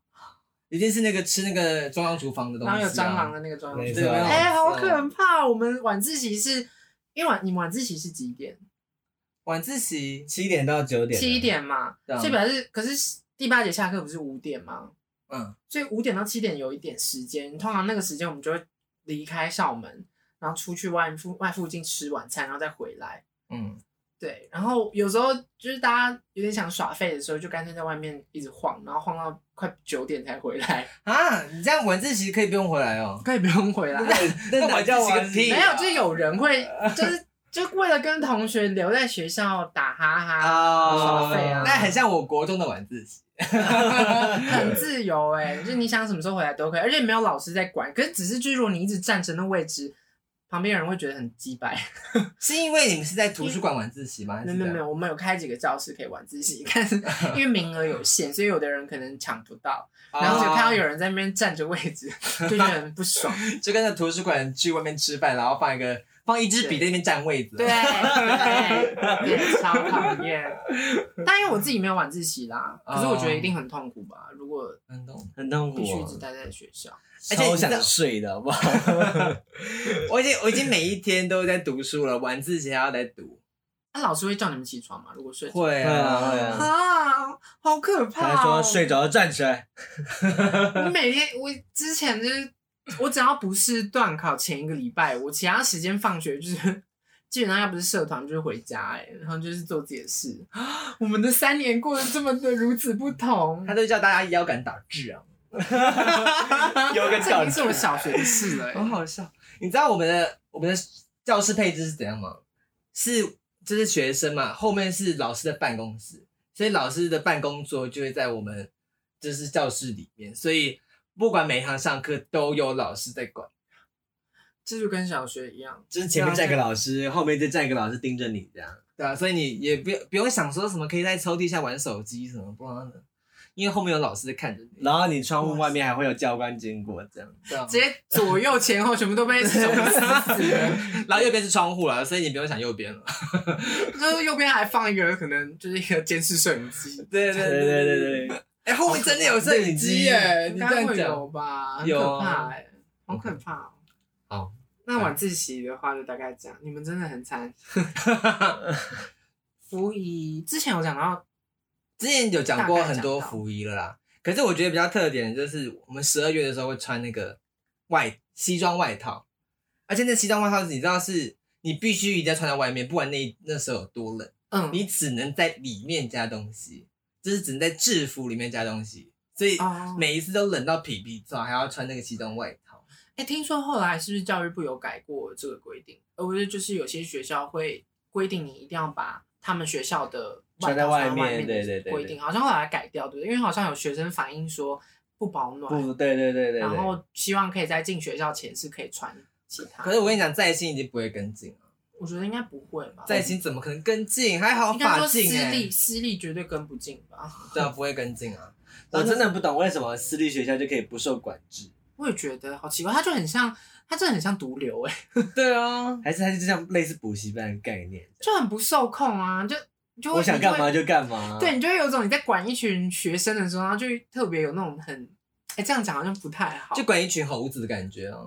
[SPEAKER 1] 一定是那个吃那个中央厨房的东西、
[SPEAKER 2] 然
[SPEAKER 1] 啊。
[SPEAKER 2] 后有蟑螂的那个状
[SPEAKER 3] 没错
[SPEAKER 2] 态。
[SPEAKER 1] 对，没有
[SPEAKER 2] 哎、好
[SPEAKER 1] 蟑螂
[SPEAKER 2] 可怕！我们晚自习是，因为晚你们晚自习是几点？
[SPEAKER 1] 晚自习
[SPEAKER 3] 七点到九点，
[SPEAKER 2] 七，点嘛，
[SPEAKER 1] 对啊
[SPEAKER 2] 所以表示可是第八节下课不是五点吗？
[SPEAKER 1] 嗯，
[SPEAKER 2] 所以五点到七点有一点时间，通常那个时间我们就会离开校门，然后出去外附外附近吃晚餐，然后再回来。
[SPEAKER 1] 嗯，
[SPEAKER 2] 对，然后有时候就是大家有点想耍废的时候，就干脆在外面一直晃，然后晃到快九点才回来，
[SPEAKER 1] 啊，你这样晚自习可以不用回来哦。
[SPEAKER 2] 可以不用
[SPEAKER 1] <laughs>
[SPEAKER 2] 回来。
[SPEAKER 1] 那
[SPEAKER 3] 那
[SPEAKER 1] 哪
[SPEAKER 3] 我叫
[SPEAKER 1] 自习个
[SPEAKER 3] 晚自
[SPEAKER 1] 屁
[SPEAKER 3] 习
[SPEAKER 1] 啊
[SPEAKER 2] 没有，就是有人会，就是就为了跟同学留在学校打哈哈，
[SPEAKER 1] 啊
[SPEAKER 2] 耍废啊
[SPEAKER 1] 那很像我国中的晚自习。
[SPEAKER 2] 很自由哎、就是你想什么时候回来都可以，而且没有老师在管。可是只是就是如果你一直站着那位置，旁边的人会觉得很鸡掰。
[SPEAKER 1] 是因为你们是在图书馆晚自习吗？还
[SPEAKER 2] 没
[SPEAKER 1] 是
[SPEAKER 2] 有没有没
[SPEAKER 1] 怎样，
[SPEAKER 2] 有，我们有开几个教室可以晚自习，但是因为名额有限，所以有的人可能抢不
[SPEAKER 1] <laughs>
[SPEAKER 2] 到，
[SPEAKER 1] 哦
[SPEAKER 2] 然后就看到有人在那边占着位置，就觉得很不爽。
[SPEAKER 1] 啊就跟着图书馆去外面吃饭，然后放一个放一支笔在那边占位子。啊
[SPEAKER 2] 对，对，对超讨厌。哦但因为我自己没有晚自习啦，可是我觉得一定很痛苦吧？如果
[SPEAKER 1] 嗯，懂。
[SPEAKER 3] 很痛苦
[SPEAKER 2] 必须一直
[SPEAKER 3] 哦，
[SPEAKER 2] 待在学校，
[SPEAKER 1] 而且你
[SPEAKER 3] 超
[SPEAKER 1] 知道
[SPEAKER 3] 想睡的好不好？
[SPEAKER 1] 我已经我已经每一天都在读书了，晚自习还要来读。
[SPEAKER 2] 那、啊老师会叫你们起床吗？如果睡着
[SPEAKER 1] 会啊会
[SPEAKER 3] 会
[SPEAKER 1] 啊
[SPEAKER 3] 啊。
[SPEAKER 2] 啊，好可
[SPEAKER 3] 他
[SPEAKER 2] 怕、
[SPEAKER 3] 说
[SPEAKER 2] 哦！
[SPEAKER 3] 睡着了站起来，
[SPEAKER 2] 我每天我之前就是，我只要不是断考前一个礼拜，我其他时间放学就是。 <laughs> 基本上要不是社团就是回家、哎，然后就是做自己的事。 <gasps> 我们的三年过得这么的如此不
[SPEAKER 3] <laughs>
[SPEAKER 2] 同，
[SPEAKER 1] 他都叫大家腰杆打字啊，
[SPEAKER 3] 有个
[SPEAKER 2] 这已
[SPEAKER 3] 脚
[SPEAKER 2] 经是我小学的事了、
[SPEAKER 1] 很
[SPEAKER 2] 哎
[SPEAKER 1] 好笑。你知道我们的我们的教室配置是怎样吗？是就是学生嘛，后面是老师的办公室，所以老师的办公桌就会在我们就是教室里面，所以不管每一堂上课都有老师在管。
[SPEAKER 2] 这就跟小学一样。
[SPEAKER 3] 就是前面站一个老师，后面再站一个老师盯着你这样。
[SPEAKER 1] 对啊，所以你也不用不用想说什么可以在抽屉下玩手机什么不可能，因为后面有老师在看着你。
[SPEAKER 3] 然后你窗户外面还会有教官经过，这样
[SPEAKER 1] 对啊
[SPEAKER 2] 直接左右前后全部
[SPEAKER 1] <laughs>
[SPEAKER 2] 都被手死死的，
[SPEAKER 1] 然后右边是窗户了，所以你不用想右边了。
[SPEAKER 2] 然后右边还放一个可能就是一个监视摄影机，哦
[SPEAKER 1] 对
[SPEAKER 3] 对对对对，
[SPEAKER 1] 哎、后面真的有摄影机耶！你
[SPEAKER 2] 应
[SPEAKER 1] 这
[SPEAKER 2] 该
[SPEAKER 1] 样
[SPEAKER 2] 会有
[SPEAKER 1] 讲，
[SPEAKER 2] 吧？很
[SPEAKER 1] 有
[SPEAKER 2] 可怕哎、好可怕哦、
[SPEAKER 1] 好，
[SPEAKER 2] 那晚自习的话就大概这样，你们真的很
[SPEAKER 1] <laughs>
[SPEAKER 2] 惨。服仪之前有讲到，
[SPEAKER 1] 之前有讲过很多服仪了啦。可是我觉得比较特点就是，我们十二月的时候会穿那个外西装外套，而且那西装外套你知道是你必须一定要穿在外面，不管那那时候有多冷，
[SPEAKER 2] 嗯，
[SPEAKER 1] 你只能在里面加东西，就是只能在制服里面加东西，所以
[SPEAKER 2] 哦，哎、
[SPEAKER 1] 每一次都冷到皮皮照，还要穿那个西装外套。
[SPEAKER 2] 听说后来是不是教育部有改过这个规定？呃，我觉得就是有些学校会规定你一定要把他们学校的
[SPEAKER 3] 穿在
[SPEAKER 2] 套
[SPEAKER 3] 外
[SPEAKER 2] 穿
[SPEAKER 3] 面
[SPEAKER 2] 外面的
[SPEAKER 3] 对对对对
[SPEAKER 2] 规定，好像后来改掉，对不对？因为好像有学生反映说不保暖，
[SPEAKER 3] 不，对对对对对。
[SPEAKER 2] 然后希望可以在进学校前是可以穿其他。
[SPEAKER 1] 可是我跟你讲，在新已经不会跟进了，
[SPEAKER 2] 我觉得应该不会吧，
[SPEAKER 1] 在新怎么可能跟进？还好
[SPEAKER 2] 应该
[SPEAKER 1] 法
[SPEAKER 2] 说私
[SPEAKER 1] 进
[SPEAKER 3] 欸
[SPEAKER 1] 哎、
[SPEAKER 2] 立私立绝对跟不进吧。
[SPEAKER 1] 对啊，不会跟进
[SPEAKER 2] <laughs>
[SPEAKER 1] 啊。
[SPEAKER 3] 我真的不懂为什么私立学校就可以不受管制，
[SPEAKER 2] 我也觉得好奇怪，它就很像，它真的很像毒瘤哎、
[SPEAKER 1] 对啊，
[SPEAKER 3] 还是它就像类似补习班的概念？
[SPEAKER 2] 就很不受控啊，就你就会
[SPEAKER 3] 我想干嘛
[SPEAKER 2] 你就
[SPEAKER 3] 就干嘛。
[SPEAKER 1] 嗯
[SPEAKER 3] 啊
[SPEAKER 2] 会对，，你就会有种你在管一群学生的时候，然后就特别有那种很，哎、这样讲好像不太好，
[SPEAKER 1] 就
[SPEAKER 2] 就
[SPEAKER 1] 管一群猴子的感觉啊。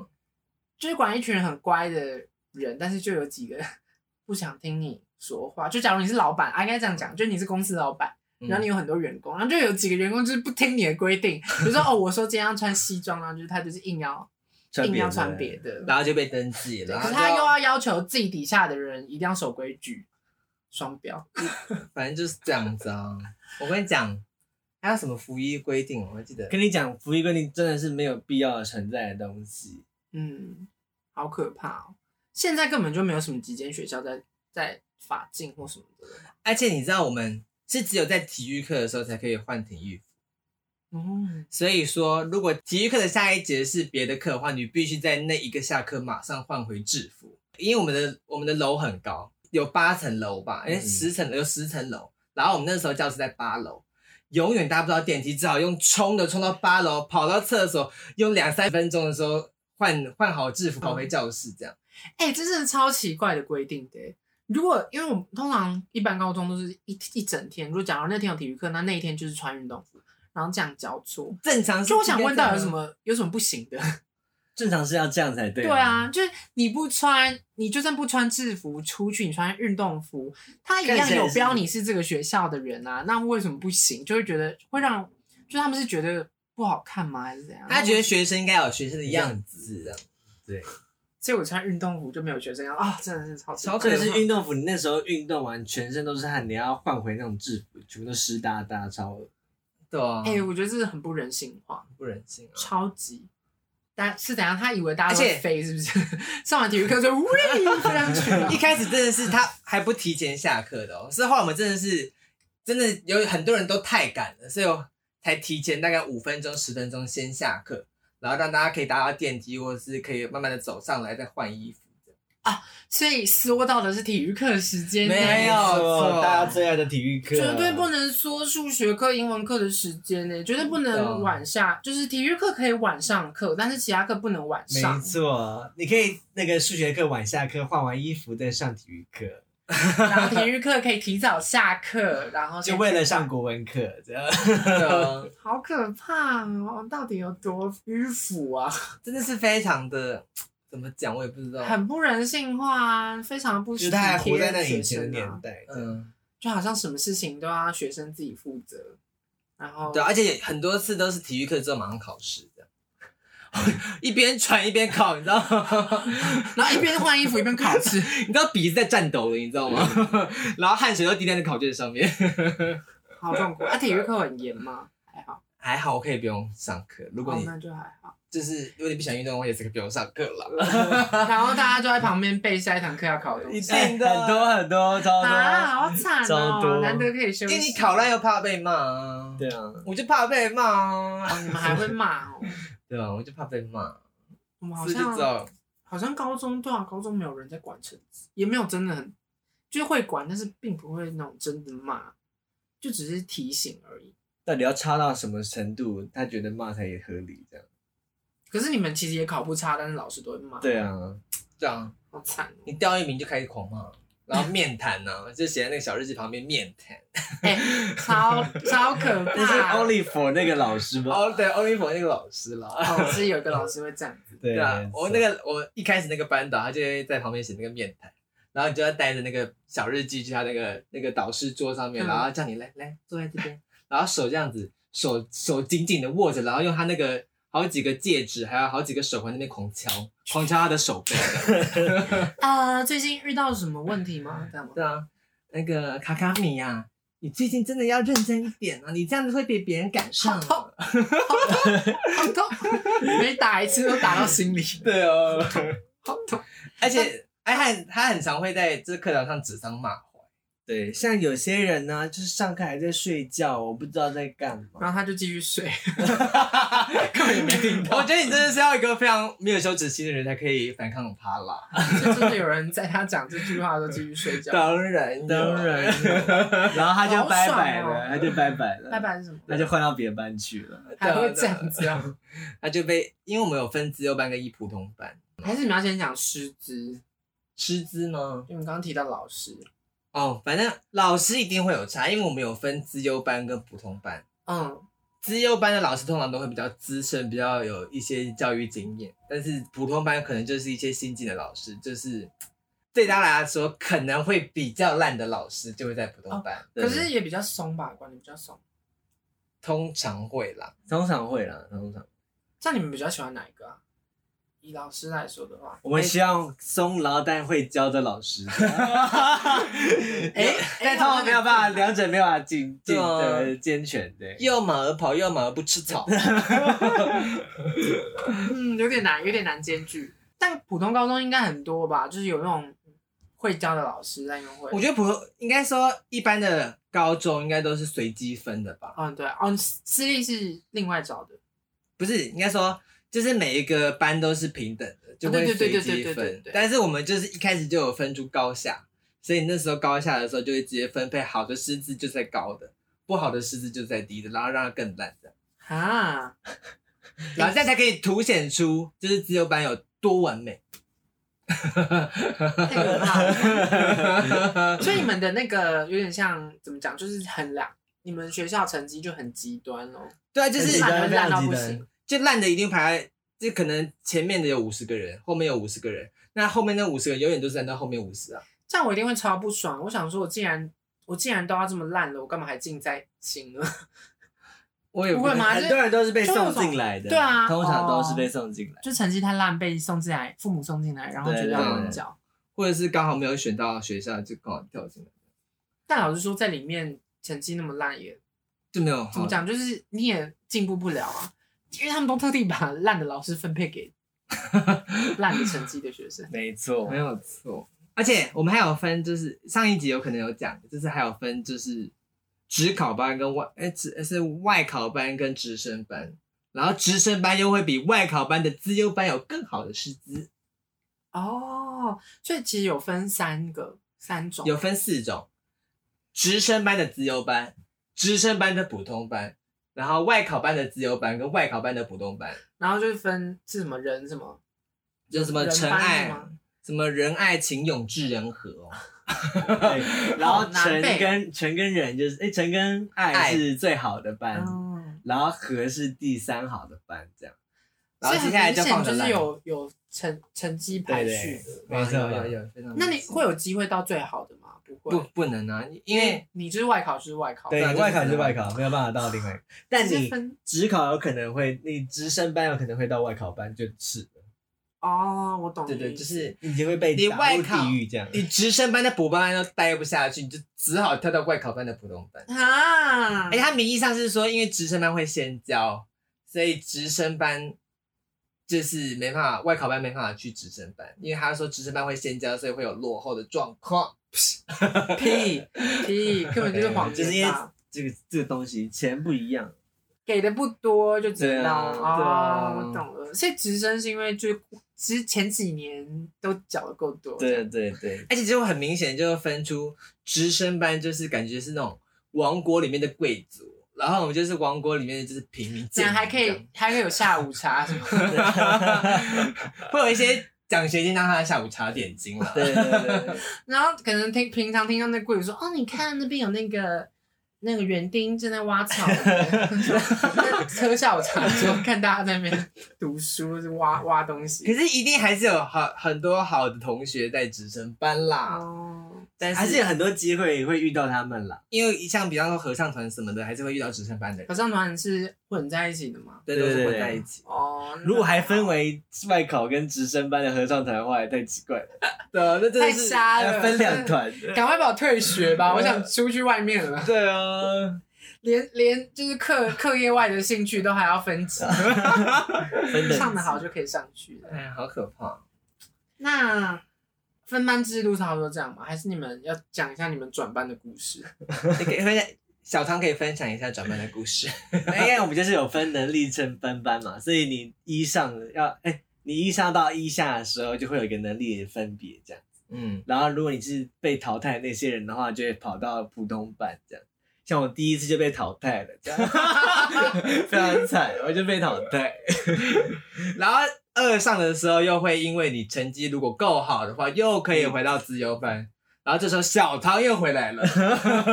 [SPEAKER 2] 就是管一群很乖的人，但是就有几个 <laughs> 不想听你说话。就假如你是老板，啊，应该这样讲，就你是公司老板。
[SPEAKER 1] 嗯
[SPEAKER 2] 然后你有很多员工，然后就有几个员工就是不听你的
[SPEAKER 1] <laughs>
[SPEAKER 2] 规定，比如说哦，我说今天要穿西装，然啊后就是他就是硬要
[SPEAKER 3] 穿
[SPEAKER 2] 硬
[SPEAKER 3] 别
[SPEAKER 2] 要
[SPEAKER 3] 的。
[SPEAKER 2] 穿别的，
[SPEAKER 1] 然后就被登记了，
[SPEAKER 2] 对，
[SPEAKER 1] 然
[SPEAKER 2] 可
[SPEAKER 1] 后
[SPEAKER 2] 是
[SPEAKER 1] 就
[SPEAKER 2] 他又要要求自己底下的人一定要守规矩，双标。
[SPEAKER 1] 反正就是这样子啊。我跟你讲，还有什么服役规定？哦我记得
[SPEAKER 3] 跟你讲，服役规定真的是没有必要存在的东西。
[SPEAKER 2] 嗯，好可怕哦！现在根本就没有什么几间学校在在法禁或什么的了吧。
[SPEAKER 1] 而且你知道，我们是只有在体育课的时候才可以换体育服。
[SPEAKER 2] 嗯，
[SPEAKER 1] 所以说，如果体育课的下一节是别的课的话，你必须在那一个下课马上换回制服，因为我们的我们的楼很高，有八层楼吧，哎、
[SPEAKER 3] 嗯
[SPEAKER 1] 十层楼有十层楼，然后我们那时候教室在八楼。永远搭不到电梯，只好用冲的冲到八楼，跑到厕所，用两三分钟的时候换换好制服，
[SPEAKER 2] 嗯
[SPEAKER 1] 跑回教室这样。
[SPEAKER 2] 哎、这是超奇怪的规定的耶。如果因为我们通常一般高中都是一一整天，如果假如那天有体育课，那那一天就是穿运动服，然后这样交错。
[SPEAKER 1] 正常是
[SPEAKER 2] 就我想
[SPEAKER 1] 应该
[SPEAKER 2] 问，
[SPEAKER 1] 这样
[SPEAKER 2] 到底有
[SPEAKER 1] 啊
[SPEAKER 2] 什么有什么不行的？
[SPEAKER 3] 正常是要这样才对。
[SPEAKER 2] 对啊，，就是你不穿，你就算不穿制服出去，你穿运动服，他一
[SPEAKER 3] 看
[SPEAKER 2] 样
[SPEAKER 3] 起来
[SPEAKER 2] 有
[SPEAKER 3] 是
[SPEAKER 2] 标你是这个学校的人啊。那为什么不行？就会觉得会让，就他们是觉得不好看吗？还是怎样？
[SPEAKER 1] 他觉得学生应该有学生的样子，这样
[SPEAKER 2] 所以我穿运动服就没有学生样啊、真的是超级
[SPEAKER 1] 超可
[SPEAKER 3] 特
[SPEAKER 1] 怕
[SPEAKER 3] 别是运动服，你那时候运动完全身都是汗，你要换回那种制服，全部都湿哒哒，超恶
[SPEAKER 1] 对啊，
[SPEAKER 2] 哎、我觉得这是很不人性化，
[SPEAKER 1] 不忍心啊。
[SPEAKER 2] 超级。但是怎样？他以为大家都
[SPEAKER 1] 而且
[SPEAKER 2] 会飞是不是？上完体育课就喂飞上去，
[SPEAKER 1] 一开始真的是他还不提前下课的哦，是后来我们真的是真的有很多人都太赶了，所以我才提前大概五分钟十分钟先下课，然后让大家可以搭到电梯，或者是可以慢慢的走上来再换衣服。
[SPEAKER 2] 所以说到的是体育课时间，
[SPEAKER 1] 没有错
[SPEAKER 3] 大家最爱的体育课，
[SPEAKER 2] 绝对不能说数学课、英文课的时间呢、绝对不
[SPEAKER 3] 嗯
[SPEAKER 2] 能晚下。就是体育课可以晚上课，但是其他课不能晚
[SPEAKER 3] 没
[SPEAKER 2] 上。
[SPEAKER 3] 错，你可以那个数学课晚下课换完衣服再上体育课，
[SPEAKER 2] 然后体育课可以提早下课，然后
[SPEAKER 3] 就为了上国文课， <laughs> 这样
[SPEAKER 1] 对啊，
[SPEAKER 2] 好可怕哦！到底有多迂腐啊？
[SPEAKER 1] 真的是非常的怎么讲，我也不知道。
[SPEAKER 2] 很不人性化啊，非常不
[SPEAKER 3] 嗯就
[SPEAKER 2] 体
[SPEAKER 3] 是他还活
[SPEAKER 2] 贴
[SPEAKER 3] 在那以
[SPEAKER 2] 学
[SPEAKER 3] 前的
[SPEAKER 2] 生
[SPEAKER 3] 年
[SPEAKER 2] 啊，
[SPEAKER 3] 代。
[SPEAKER 1] 嗯，
[SPEAKER 2] 就好像什么事情都要学生自己负责。然后
[SPEAKER 3] 啊
[SPEAKER 1] 对，而且很多次都是体育课之后马上考试这样， <laughs> 一边传一边考，你知道吗？
[SPEAKER 2] 然后一边换衣服一边考试，
[SPEAKER 1] 你知道笔是在颤抖的，你知道吗？然后汗水都滴在那考卷上面。
[SPEAKER 2] 好痛苦。啊，体育课很严吗？还好，
[SPEAKER 1] 还好，我可以不用上课。如果
[SPEAKER 2] 哦
[SPEAKER 1] 你
[SPEAKER 2] 那就还好。
[SPEAKER 1] 就是如果你不想运动，我也是可以不用上课了。
[SPEAKER 2] 然后大家就在旁边背下一堂课要考的东西。
[SPEAKER 3] 哎
[SPEAKER 1] 定的
[SPEAKER 3] 嗯很多很多，超多。
[SPEAKER 2] 啊，好惨
[SPEAKER 3] 超
[SPEAKER 2] 哦！
[SPEAKER 3] 多
[SPEAKER 2] 难得可以休
[SPEAKER 1] 因
[SPEAKER 2] 息。
[SPEAKER 1] 为你考烂又怕被骂啊，
[SPEAKER 3] 对啊，
[SPEAKER 1] 我就怕被骂啊，
[SPEAKER 2] 哦，你们还会骂哦。
[SPEAKER 1] 对啊，我就怕被骂，
[SPEAKER 2] 我们好
[SPEAKER 1] 所以就知
[SPEAKER 2] 像
[SPEAKER 1] 道
[SPEAKER 2] 好像高中对啊，高中没有人在管成绩，也没有真的很，就是会管，但是并不会那种真的骂，就只是提醒而已。
[SPEAKER 3] 到底要差到什么程度，他觉得骂才也合理？这样。
[SPEAKER 2] 可是你们其实也考不差，但是老师都会骂，
[SPEAKER 3] 对啊，
[SPEAKER 1] 这样，
[SPEAKER 2] 好惨哦。
[SPEAKER 1] 你掉一名就开始狂骂，然后面谈呢、 <laughs> 就写在那个小日记旁边面谈。
[SPEAKER 2] 哎，超超可
[SPEAKER 3] <laughs> 但是
[SPEAKER 2] 怕。
[SPEAKER 3] only for 那个老师吗？
[SPEAKER 1] 哦，对，欧林博那个老师
[SPEAKER 2] <laughs>
[SPEAKER 1] 啦。
[SPEAKER 2] 老师哦有一个老师会这样子，
[SPEAKER 3] 对
[SPEAKER 1] 对啊，我那
[SPEAKER 3] 个
[SPEAKER 1] 个我一开始那个班导，他就会在旁边写那个面谈，然后你就要带着那个小日记去他那个那个导师桌上面，
[SPEAKER 2] 嗯
[SPEAKER 1] 然后叫你来来坐在这边，然后手这样子，手手紧紧的握着，然后用他那个好几个戒指，还有好几个手环那边狂敲，狂敲他的手背。
[SPEAKER 2] 呃，最近遇到什么问题吗？这样吗？
[SPEAKER 1] 对啊，那个卡卡米呀、啊，你最近真的要认真一点啊，你这样子会被别人赶上、
[SPEAKER 2] 好
[SPEAKER 1] 啊。
[SPEAKER 2] 好痛，哦 <laughs> 每打一次都打到心里，
[SPEAKER 1] <laughs> 对哦，
[SPEAKER 2] 好痛。
[SPEAKER 1] 而 <laughs> 且哎，他很他很常会在这课堂上指桑骂槐。
[SPEAKER 3] 对，像有些人呢，就是上课还在睡觉，我不知道在干嘛。
[SPEAKER 2] 然后他就继续睡。 <laughs>
[SPEAKER 1] 根本也没听 <laughs> 到。我觉得你真的是要一个非常没有羞耻心的人才可以反抗他啦。
[SPEAKER 2] 就真的有人在他讲这句话的时候继续睡觉。
[SPEAKER 1] 当然，
[SPEAKER 3] 当，然有， <laughs> 然后他就
[SPEAKER 2] 好爽
[SPEAKER 3] 拜拜
[SPEAKER 2] 哦
[SPEAKER 3] 了，他就拜拜了，
[SPEAKER 2] 拜，拜是什么？
[SPEAKER 3] 那就换到别班去了。
[SPEAKER 2] 还会这样子啊？
[SPEAKER 1] 他就被因为我们有分自由班跟一普通班，
[SPEAKER 2] 还是你们要先讲师资？
[SPEAKER 1] 师资吗？
[SPEAKER 2] 因为你刚刚提到老师，
[SPEAKER 1] 哦，反正老师一定会有差，因为我们有分资优班跟普通班。
[SPEAKER 2] 嗯，
[SPEAKER 1] 资优班的老师通常都会比较资深，比较有一些教育经验，但是普通班可能就是一些新进的老师，就是对他来说可能会比较烂的老师就会在普通班，
[SPEAKER 2] 可是也比较松吧，管理比较松。
[SPEAKER 1] 通常会啦。
[SPEAKER 3] 通常会啦，通常
[SPEAKER 2] 像你们比较喜欢哪一个啊？以老师来说的话，
[SPEAKER 3] 我们
[SPEAKER 2] 哎
[SPEAKER 3] 希望松劳但会教的老 <laughs> 师，
[SPEAKER 2] 哎，
[SPEAKER 3] 但他们没有办法，两者没有办法进进
[SPEAKER 1] 对啊
[SPEAKER 3] 呃兼全，对，
[SPEAKER 1] 要马儿跑，要马儿不吃草。
[SPEAKER 2] 嗯，有点难，有点难兼具。但普通高中应该很多吧，就是有那种会教的老师在那边会。
[SPEAKER 1] <laughs> 我觉得普通应该说一般的高中应该都是随机分的吧？
[SPEAKER 2] 嗯，对，哦，私私立是另外找的，
[SPEAKER 1] 不是，应该说就是每一个班都是平等的，就
[SPEAKER 2] 啊对
[SPEAKER 1] 会
[SPEAKER 2] 对对
[SPEAKER 1] 随
[SPEAKER 2] 对
[SPEAKER 1] 机
[SPEAKER 2] 对对对
[SPEAKER 1] 分
[SPEAKER 2] 对。
[SPEAKER 1] 但是我们就是一开始就有分出高下，所以那时候高下的时候就会直接分配好的师资就在高的，不好的师资就在低的，然后让它更烂这样，
[SPEAKER 2] 啊，
[SPEAKER 1] 然后这样才可以凸显出就是自由班有多完美。 <laughs>
[SPEAKER 2] 太可怕
[SPEAKER 3] <laughs>
[SPEAKER 2] 了。所以你们的那个有点像怎么讲，就是很烂，你们学校成绩就很极端哦，
[SPEAKER 1] 对啊，就
[SPEAKER 3] 很
[SPEAKER 1] 是
[SPEAKER 3] 极端
[SPEAKER 2] 烂
[SPEAKER 3] 非常
[SPEAKER 2] 烂到
[SPEAKER 3] 极
[SPEAKER 2] 不
[SPEAKER 3] 端
[SPEAKER 2] 行。
[SPEAKER 1] 就烂的一定排在，就可能前面的有五十个人，后面有五十个人，那后面那五十个人永远都是站到后面五十啊。
[SPEAKER 2] 这样我一定会超不爽。我想说，我既然我既然都要这么烂了，我干嘛还进在心 <laughs> 呢？
[SPEAKER 1] 我也
[SPEAKER 2] 不会
[SPEAKER 1] 能
[SPEAKER 2] 吗
[SPEAKER 1] 看
[SPEAKER 3] 很多人都是被送进来的，
[SPEAKER 2] 对啊，
[SPEAKER 3] 通常都是被
[SPEAKER 2] 哦
[SPEAKER 3] 送进来。
[SPEAKER 2] 就成绩太烂被送进来，父母送进来，然后觉得要
[SPEAKER 1] 对对
[SPEAKER 2] 我们
[SPEAKER 1] 对
[SPEAKER 2] 教。
[SPEAKER 1] 或者是刚好没有选到学校，就刚好跳进来，
[SPEAKER 2] 但老实说，在里面成绩那么烂也
[SPEAKER 1] 就没有
[SPEAKER 2] 怎么
[SPEAKER 1] 好。
[SPEAKER 2] 讲，就是你也进步不了啊，因为他们都特地把 <laughs> 烂的老师分配给烂的成绩的学生。
[SPEAKER 3] 没 <laughs> 错
[SPEAKER 1] 没，有错。而且我们还有分，就是上一集有可能有讲，就是还有分就是职考班跟外，哎、职是外考班跟直升班，然后直升班又会比外考班的资优班有更好的师资，
[SPEAKER 2] <laughs> 哦，所以其实有分三个三种，
[SPEAKER 1] 有分四种：直升班的资优班、直升班的普通班，然后外考班的资优班跟外考班的普通班，
[SPEAKER 2] 然后就是分是什么人什么，
[SPEAKER 1] 有什么
[SPEAKER 2] 人
[SPEAKER 1] 仁
[SPEAKER 2] 班是
[SPEAKER 1] 爱
[SPEAKER 2] 吗，
[SPEAKER 1] 什么仁爱情永志人和哦。
[SPEAKER 3] 对然
[SPEAKER 2] 好
[SPEAKER 3] 后
[SPEAKER 2] 难
[SPEAKER 3] 陈
[SPEAKER 2] 背
[SPEAKER 3] 跟陈跟人就是，哎，陈跟爱哦
[SPEAKER 1] 爱
[SPEAKER 3] 是最好的班，
[SPEAKER 2] 嗯，
[SPEAKER 3] 然后和是第三好的班，这样。
[SPEAKER 1] 然后
[SPEAKER 2] 所以
[SPEAKER 1] 接下来
[SPEAKER 2] 很
[SPEAKER 1] 就
[SPEAKER 2] 明显
[SPEAKER 1] 放
[SPEAKER 2] 就
[SPEAKER 1] 着
[SPEAKER 2] 是
[SPEAKER 1] 烂。
[SPEAKER 2] 有有成成绩排序的。
[SPEAKER 3] 没错
[SPEAKER 1] 有有有，非常
[SPEAKER 2] 那你会有机会到最好的吗？不会，
[SPEAKER 1] 不不能啊？因为
[SPEAKER 2] 你就是外考就是外考，
[SPEAKER 3] 对，
[SPEAKER 1] 对
[SPEAKER 3] 你
[SPEAKER 1] 就是
[SPEAKER 3] 外考
[SPEAKER 1] 可
[SPEAKER 3] 是
[SPEAKER 1] 能
[SPEAKER 3] 外考，没有办法到另外一个。 <laughs> 但
[SPEAKER 2] 直接
[SPEAKER 3] 你
[SPEAKER 2] 分
[SPEAKER 3] 职考有可能会，你直升班有可能会到外考班，就是了
[SPEAKER 2] 哦，我懂你
[SPEAKER 1] 对
[SPEAKER 2] 的意思。
[SPEAKER 1] 对，就是
[SPEAKER 3] 你就会被
[SPEAKER 1] 你
[SPEAKER 3] 打入
[SPEAKER 1] 外考
[SPEAKER 3] 地狱这样。
[SPEAKER 1] 你直升班的补班都待不下去，你就只好跳到外考班的普通班。
[SPEAKER 2] 啊，
[SPEAKER 1] 而哎
[SPEAKER 2] <laughs>
[SPEAKER 1] 且他名义上是说，因为直升班会先教，所以直升班就是没办法，外考班没办法去直升班，因为他说直升班会先教，所以会有落后的状况。
[SPEAKER 2] 屁屁，根本就是谎
[SPEAKER 3] 就是
[SPEAKER 2] 言
[SPEAKER 3] 因为
[SPEAKER 2] 吧。
[SPEAKER 3] 这个这个东西钱不一样，
[SPEAKER 2] 给的不多就知道
[SPEAKER 1] 对啊对啊
[SPEAKER 2] 哦，我懂了。所以直升是因为就其实前几年都缴的够多，
[SPEAKER 3] 对对
[SPEAKER 2] <laughs>
[SPEAKER 3] 对，
[SPEAKER 1] 而且就很明显，就分出直升班就是感觉是那种王国里面的贵族，然后我们就是王国里面的就是平民
[SPEAKER 2] 这
[SPEAKER 1] 贱
[SPEAKER 2] 样
[SPEAKER 1] 民
[SPEAKER 2] 还可
[SPEAKER 1] 这样
[SPEAKER 2] 以还可以有下午茶什么的。
[SPEAKER 1] <laughs> 会有一些奖学金当他的下午茶点睛了。
[SPEAKER 3] 对对对
[SPEAKER 2] <laughs>
[SPEAKER 3] 对，
[SPEAKER 2] 然后可能听平常听到那柜主说，哦，你看那边有那个。那个园丁正在挖
[SPEAKER 3] <laughs>
[SPEAKER 2] 草，<laughs> 喝下午茶的时候看大家在那边读书，挖挖东
[SPEAKER 1] 可
[SPEAKER 2] 西。
[SPEAKER 1] 是一定还是有好很多好的同学在直升班啦，
[SPEAKER 2] 哦，
[SPEAKER 1] 但
[SPEAKER 3] 还
[SPEAKER 1] 嗯
[SPEAKER 3] 是
[SPEAKER 1] 是
[SPEAKER 3] 有很多机会会遇到他们啦。
[SPEAKER 1] 因为像比方说合唱团什么的，还是会遇到直升班的人，
[SPEAKER 2] 合唱团是混在一起的吗？
[SPEAKER 1] 对，
[SPEAKER 3] 对
[SPEAKER 1] 都是
[SPEAKER 3] 对
[SPEAKER 1] 混
[SPEAKER 3] 对
[SPEAKER 1] 在一起。
[SPEAKER 2] 哦，
[SPEAKER 3] 如果还分为外考跟直升班的合唱团的话，也太奇怪了，
[SPEAKER 1] 对啊，那真
[SPEAKER 2] 太
[SPEAKER 1] 的是
[SPEAKER 2] 瞎
[SPEAKER 3] 要
[SPEAKER 2] 了，
[SPEAKER 3] 分两团。
[SPEAKER 2] 赶快把我退学吧！我想出去外面了，
[SPEAKER 3] 对啊，
[SPEAKER 2] 连连就是课课业外的兴趣都还要分 <laughs> 级，
[SPEAKER 3] 啊分等
[SPEAKER 2] 唱
[SPEAKER 3] 级
[SPEAKER 2] 得好就可以上去了。
[SPEAKER 1] 哎呀，好可怕。
[SPEAKER 2] 那分班制度差不多这样吗？还是你们要讲一下你们转班的故事？
[SPEAKER 1] 你可以分享小唐可以分享一下转班的故 <laughs> 事。
[SPEAKER 3] 因为我们就是有分能力称分班嘛，所以你一上要哎、你一上到一下的时候就会有一个能力的分别这样。
[SPEAKER 1] 嗯，
[SPEAKER 3] 然后如果你是被淘汰的那些人的话，就会跑到普通班这样。像我第一次就被淘汰了，这样 <laughs> 非常惨，我就被淘汰。 <laughs>
[SPEAKER 1] 然后二上的时候又会因为你成绩如果够好的话，又可以回到自由班。然后这时候小唐又回来了，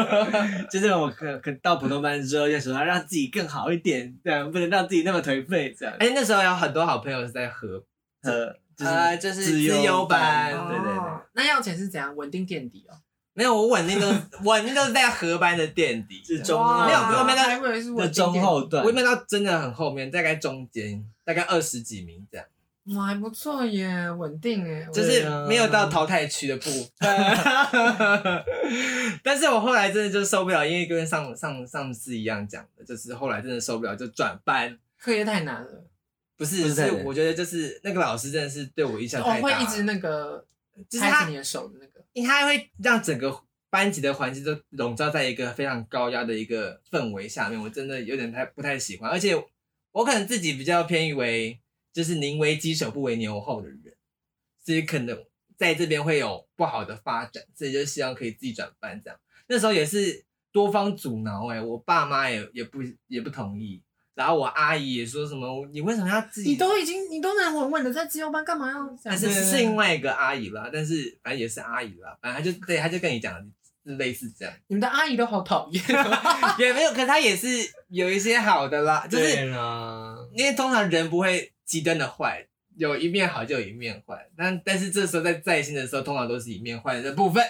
[SPEAKER 1] <laughs>
[SPEAKER 3] 就是我可可到普通班之后，就想要让自己更好一点，这样不能让自己那么颓废，这样。
[SPEAKER 1] 而且哎那时候有很多好朋友是在合
[SPEAKER 3] 呃，就是、
[SPEAKER 1] 呃就是
[SPEAKER 3] 自
[SPEAKER 1] 自由班
[SPEAKER 3] <laughs> 对对对。
[SPEAKER 2] 哦那要钱是怎样稳定垫底哦？
[SPEAKER 1] 没有，我稳定都稳定都是在合班的垫底，
[SPEAKER 3] 是中啊
[SPEAKER 2] 哇
[SPEAKER 1] 没有没有没有
[SPEAKER 2] 还以为是稳
[SPEAKER 3] 的
[SPEAKER 2] 定垫
[SPEAKER 3] 中
[SPEAKER 2] 底
[SPEAKER 3] 后段
[SPEAKER 1] 我也，没有到真的很后面，大概中间大概二十几名这样。
[SPEAKER 2] 哇，还不错耶，稳定耶，
[SPEAKER 3] 就
[SPEAKER 1] 就是
[SPEAKER 3] 对啊
[SPEAKER 1] 没有到淘汰区的部
[SPEAKER 3] <laughs>
[SPEAKER 1] 分。但是我后来真的就受不了，因为跟上上上次一样讲的，就是后来真的受不了就转班，
[SPEAKER 2] 课业太难了，
[SPEAKER 1] 不是，
[SPEAKER 3] 不是
[SPEAKER 1] 是
[SPEAKER 3] 太难
[SPEAKER 1] 我觉得就是那个老师真的是对我影响
[SPEAKER 2] 我
[SPEAKER 1] 太大，
[SPEAKER 2] 哦会一直那个
[SPEAKER 1] 就是
[SPEAKER 2] 拍
[SPEAKER 1] 他
[SPEAKER 2] 着你的手的那个，
[SPEAKER 1] 因为它会让整个班级的环境都笼罩在一个非常高压的一个氛围下面，我真的有点太不太喜欢，而且我可能自己比较偏于为就是宁为鸡首不为牛后的人，所以可能在这边会有不好的发展，所以就希望可以自己转班这样。那时候也是多方阻挠、欸，哎，我爸妈也也不也不同意，然后我阿姨也说什么你为什么要自己
[SPEAKER 2] 你都已经你都能稳稳的在自由班，干嘛要这
[SPEAKER 1] 但
[SPEAKER 2] 样？
[SPEAKER 1] 是
[SPEAKER 2] 对
[SPEAKER 1] 是另外一个阿姨啦，但是反正也是阿姨啦，反正她就对，她就跟你讲类似这样，
[SPEAKER 2] 你们的阿姨都好讨厌，哦
[SPEAKER 1] 也没有，可是她也是有一些好的啦，就是
[SPEAKER 3] 对啦，
[SPEAKER 1] 因为通常人不会极端的坏，有一面好就有一面坏，但但是这时候在在心的时候，通常都是一面坏的部分。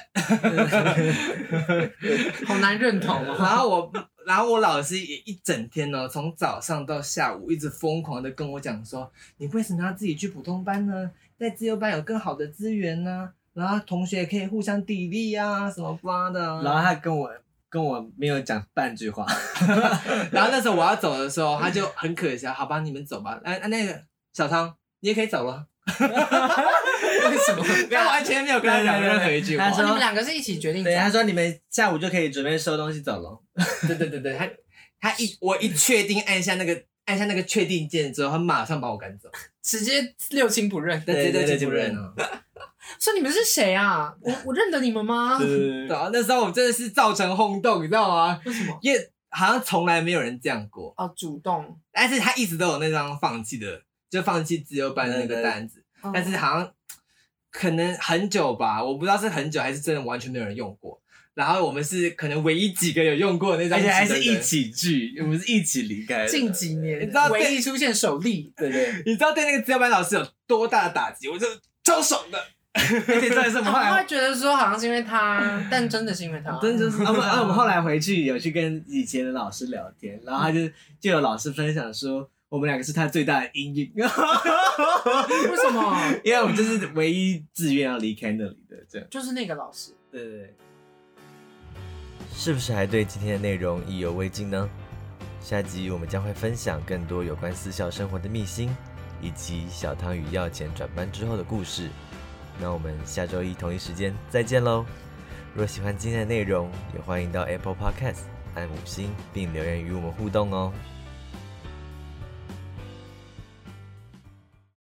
[SPEAKER 2] 好难认同
[SPEAKER 1] 然
[SPEAKER 2] 哦。
[SPEAKER 1] 后我，然后我老师也一整天哦，从早上到下午一直疯狂的跟我讲说，你为什么要自己去普通班呢？在自由班有更好的资源呢、然后同学可以互相砥砺啊，什么巴的啊、
[SPEAKER 3] 然后他跟我跟我没有讲半句话，
[SPEAKER 1] 然后那时候我要走的时候，他就很可惜啊，好吧，你们走吧。哎、啊，那个小汤，你也可以走了。
[SPEAKER 2] 为什么？
[SPEAKER 1] 他完全没有跟他讲任何一句话。
[SPEAKER 3] 他
[SPEAKER 2] 哦、你
[SPEAKER 3] 说
[SPEAKER 2] 们两个是一起决定
[SPEAKER 3] 对，他啊
[SPEAKER 2] 走，
[SPEAKER 3] 说你们下午就可以准备收东西走了。
[SPEAKER 1] 对对对对，他他一我一确定按下那个按下那个确定键之后，他马上把我赶走，
[SPEAKER 2] 直接六亲不认。
[SPEAKER 1] 那
[SPEAKER 3] 对
[SPEAKER 1] 绝
[SPEAKER 3] 对
[SPEAKER 1] 对
[SPEAKER 3] 对
[SPEAKER 1] 就不
[SPEAKER 3] 对
[SPEAKER 1] 认了。
[SPEAKER 2] 说你们是谁啊？我我认得你们吗？
[SPEAKER 3] 对对
[SPEAKER 1] 对啊，那时候我真的是造成轰动，你知道吗？
[SPEAKER 2] 为什么？
[SPEAKER 1] 因为好像从来没有人这样过，
[SPEAKER 2] 哦，主动。
[SPEAKER 1] 但是他一直都有那张放弃的，就放弃自由班的那个单子，
[SPEAKER 2] 哦
[SPEAKER 1] 但是好像可能很久吧，我不知道是很久还是真的完全没有人用过。然后我们是可能唯一几个有用过的那张
[SPEAKER 3] 而
[SPEAKER 1] 纸
[SPEAKER 3] 且
[SPEAKER 1] 的人，
[SPEAKER 3] 还是一起聚，我们是一起离开的。
[SPEAKER 2] 近几
[SPEAKER 1] 你
[SPEAKER 2] 年
[SPEAKER 1] 知道对
[SPEAKER 2] 唯一出现首例，
[SPEAKER 3] 对对，
[SPEAKER 1] 你知道对那个自由班老师有多大的打击？我就超爽的，
[SPEAKER 3] <laughs> 而且重点是我
[SPEAKER 2] 我
[SPEAKER 3] 们
[SPEAKER 2] 们
[SPEAKER 3] 后
[SPEAKER 2] 会
[SPEAKER 3] 来，
[SPEAKER 2] 觉得说好像是因为他，但 <laughs> 真的是因为他，
[SPEAKER 1] 真的就是
[SPEAKER 3] 啊我们啊我们后来回去有去跟以前的老师聊天，然后他就就有老师分享说，我们两个是他最大的阴影， <laughs>
[SPEAKER 2] 为什么？
[SPEAKER 3] 因为我们就是唯一自愿要离开那里的这样。
[SPEAKER 2] <laughs> 就是那个老师。
[SPEAKER 3] 对对对。是不是还对今天的内容意犹未尽呢？下集我们将会分享更多有关私校生活的秘辛，以及小汤与药钱转班之后的故事。那我们下周一同一时间再见喽！若喜欢今天的内容，也欢迎到 Apple Podcast 按五星，并留言与我们互动哦。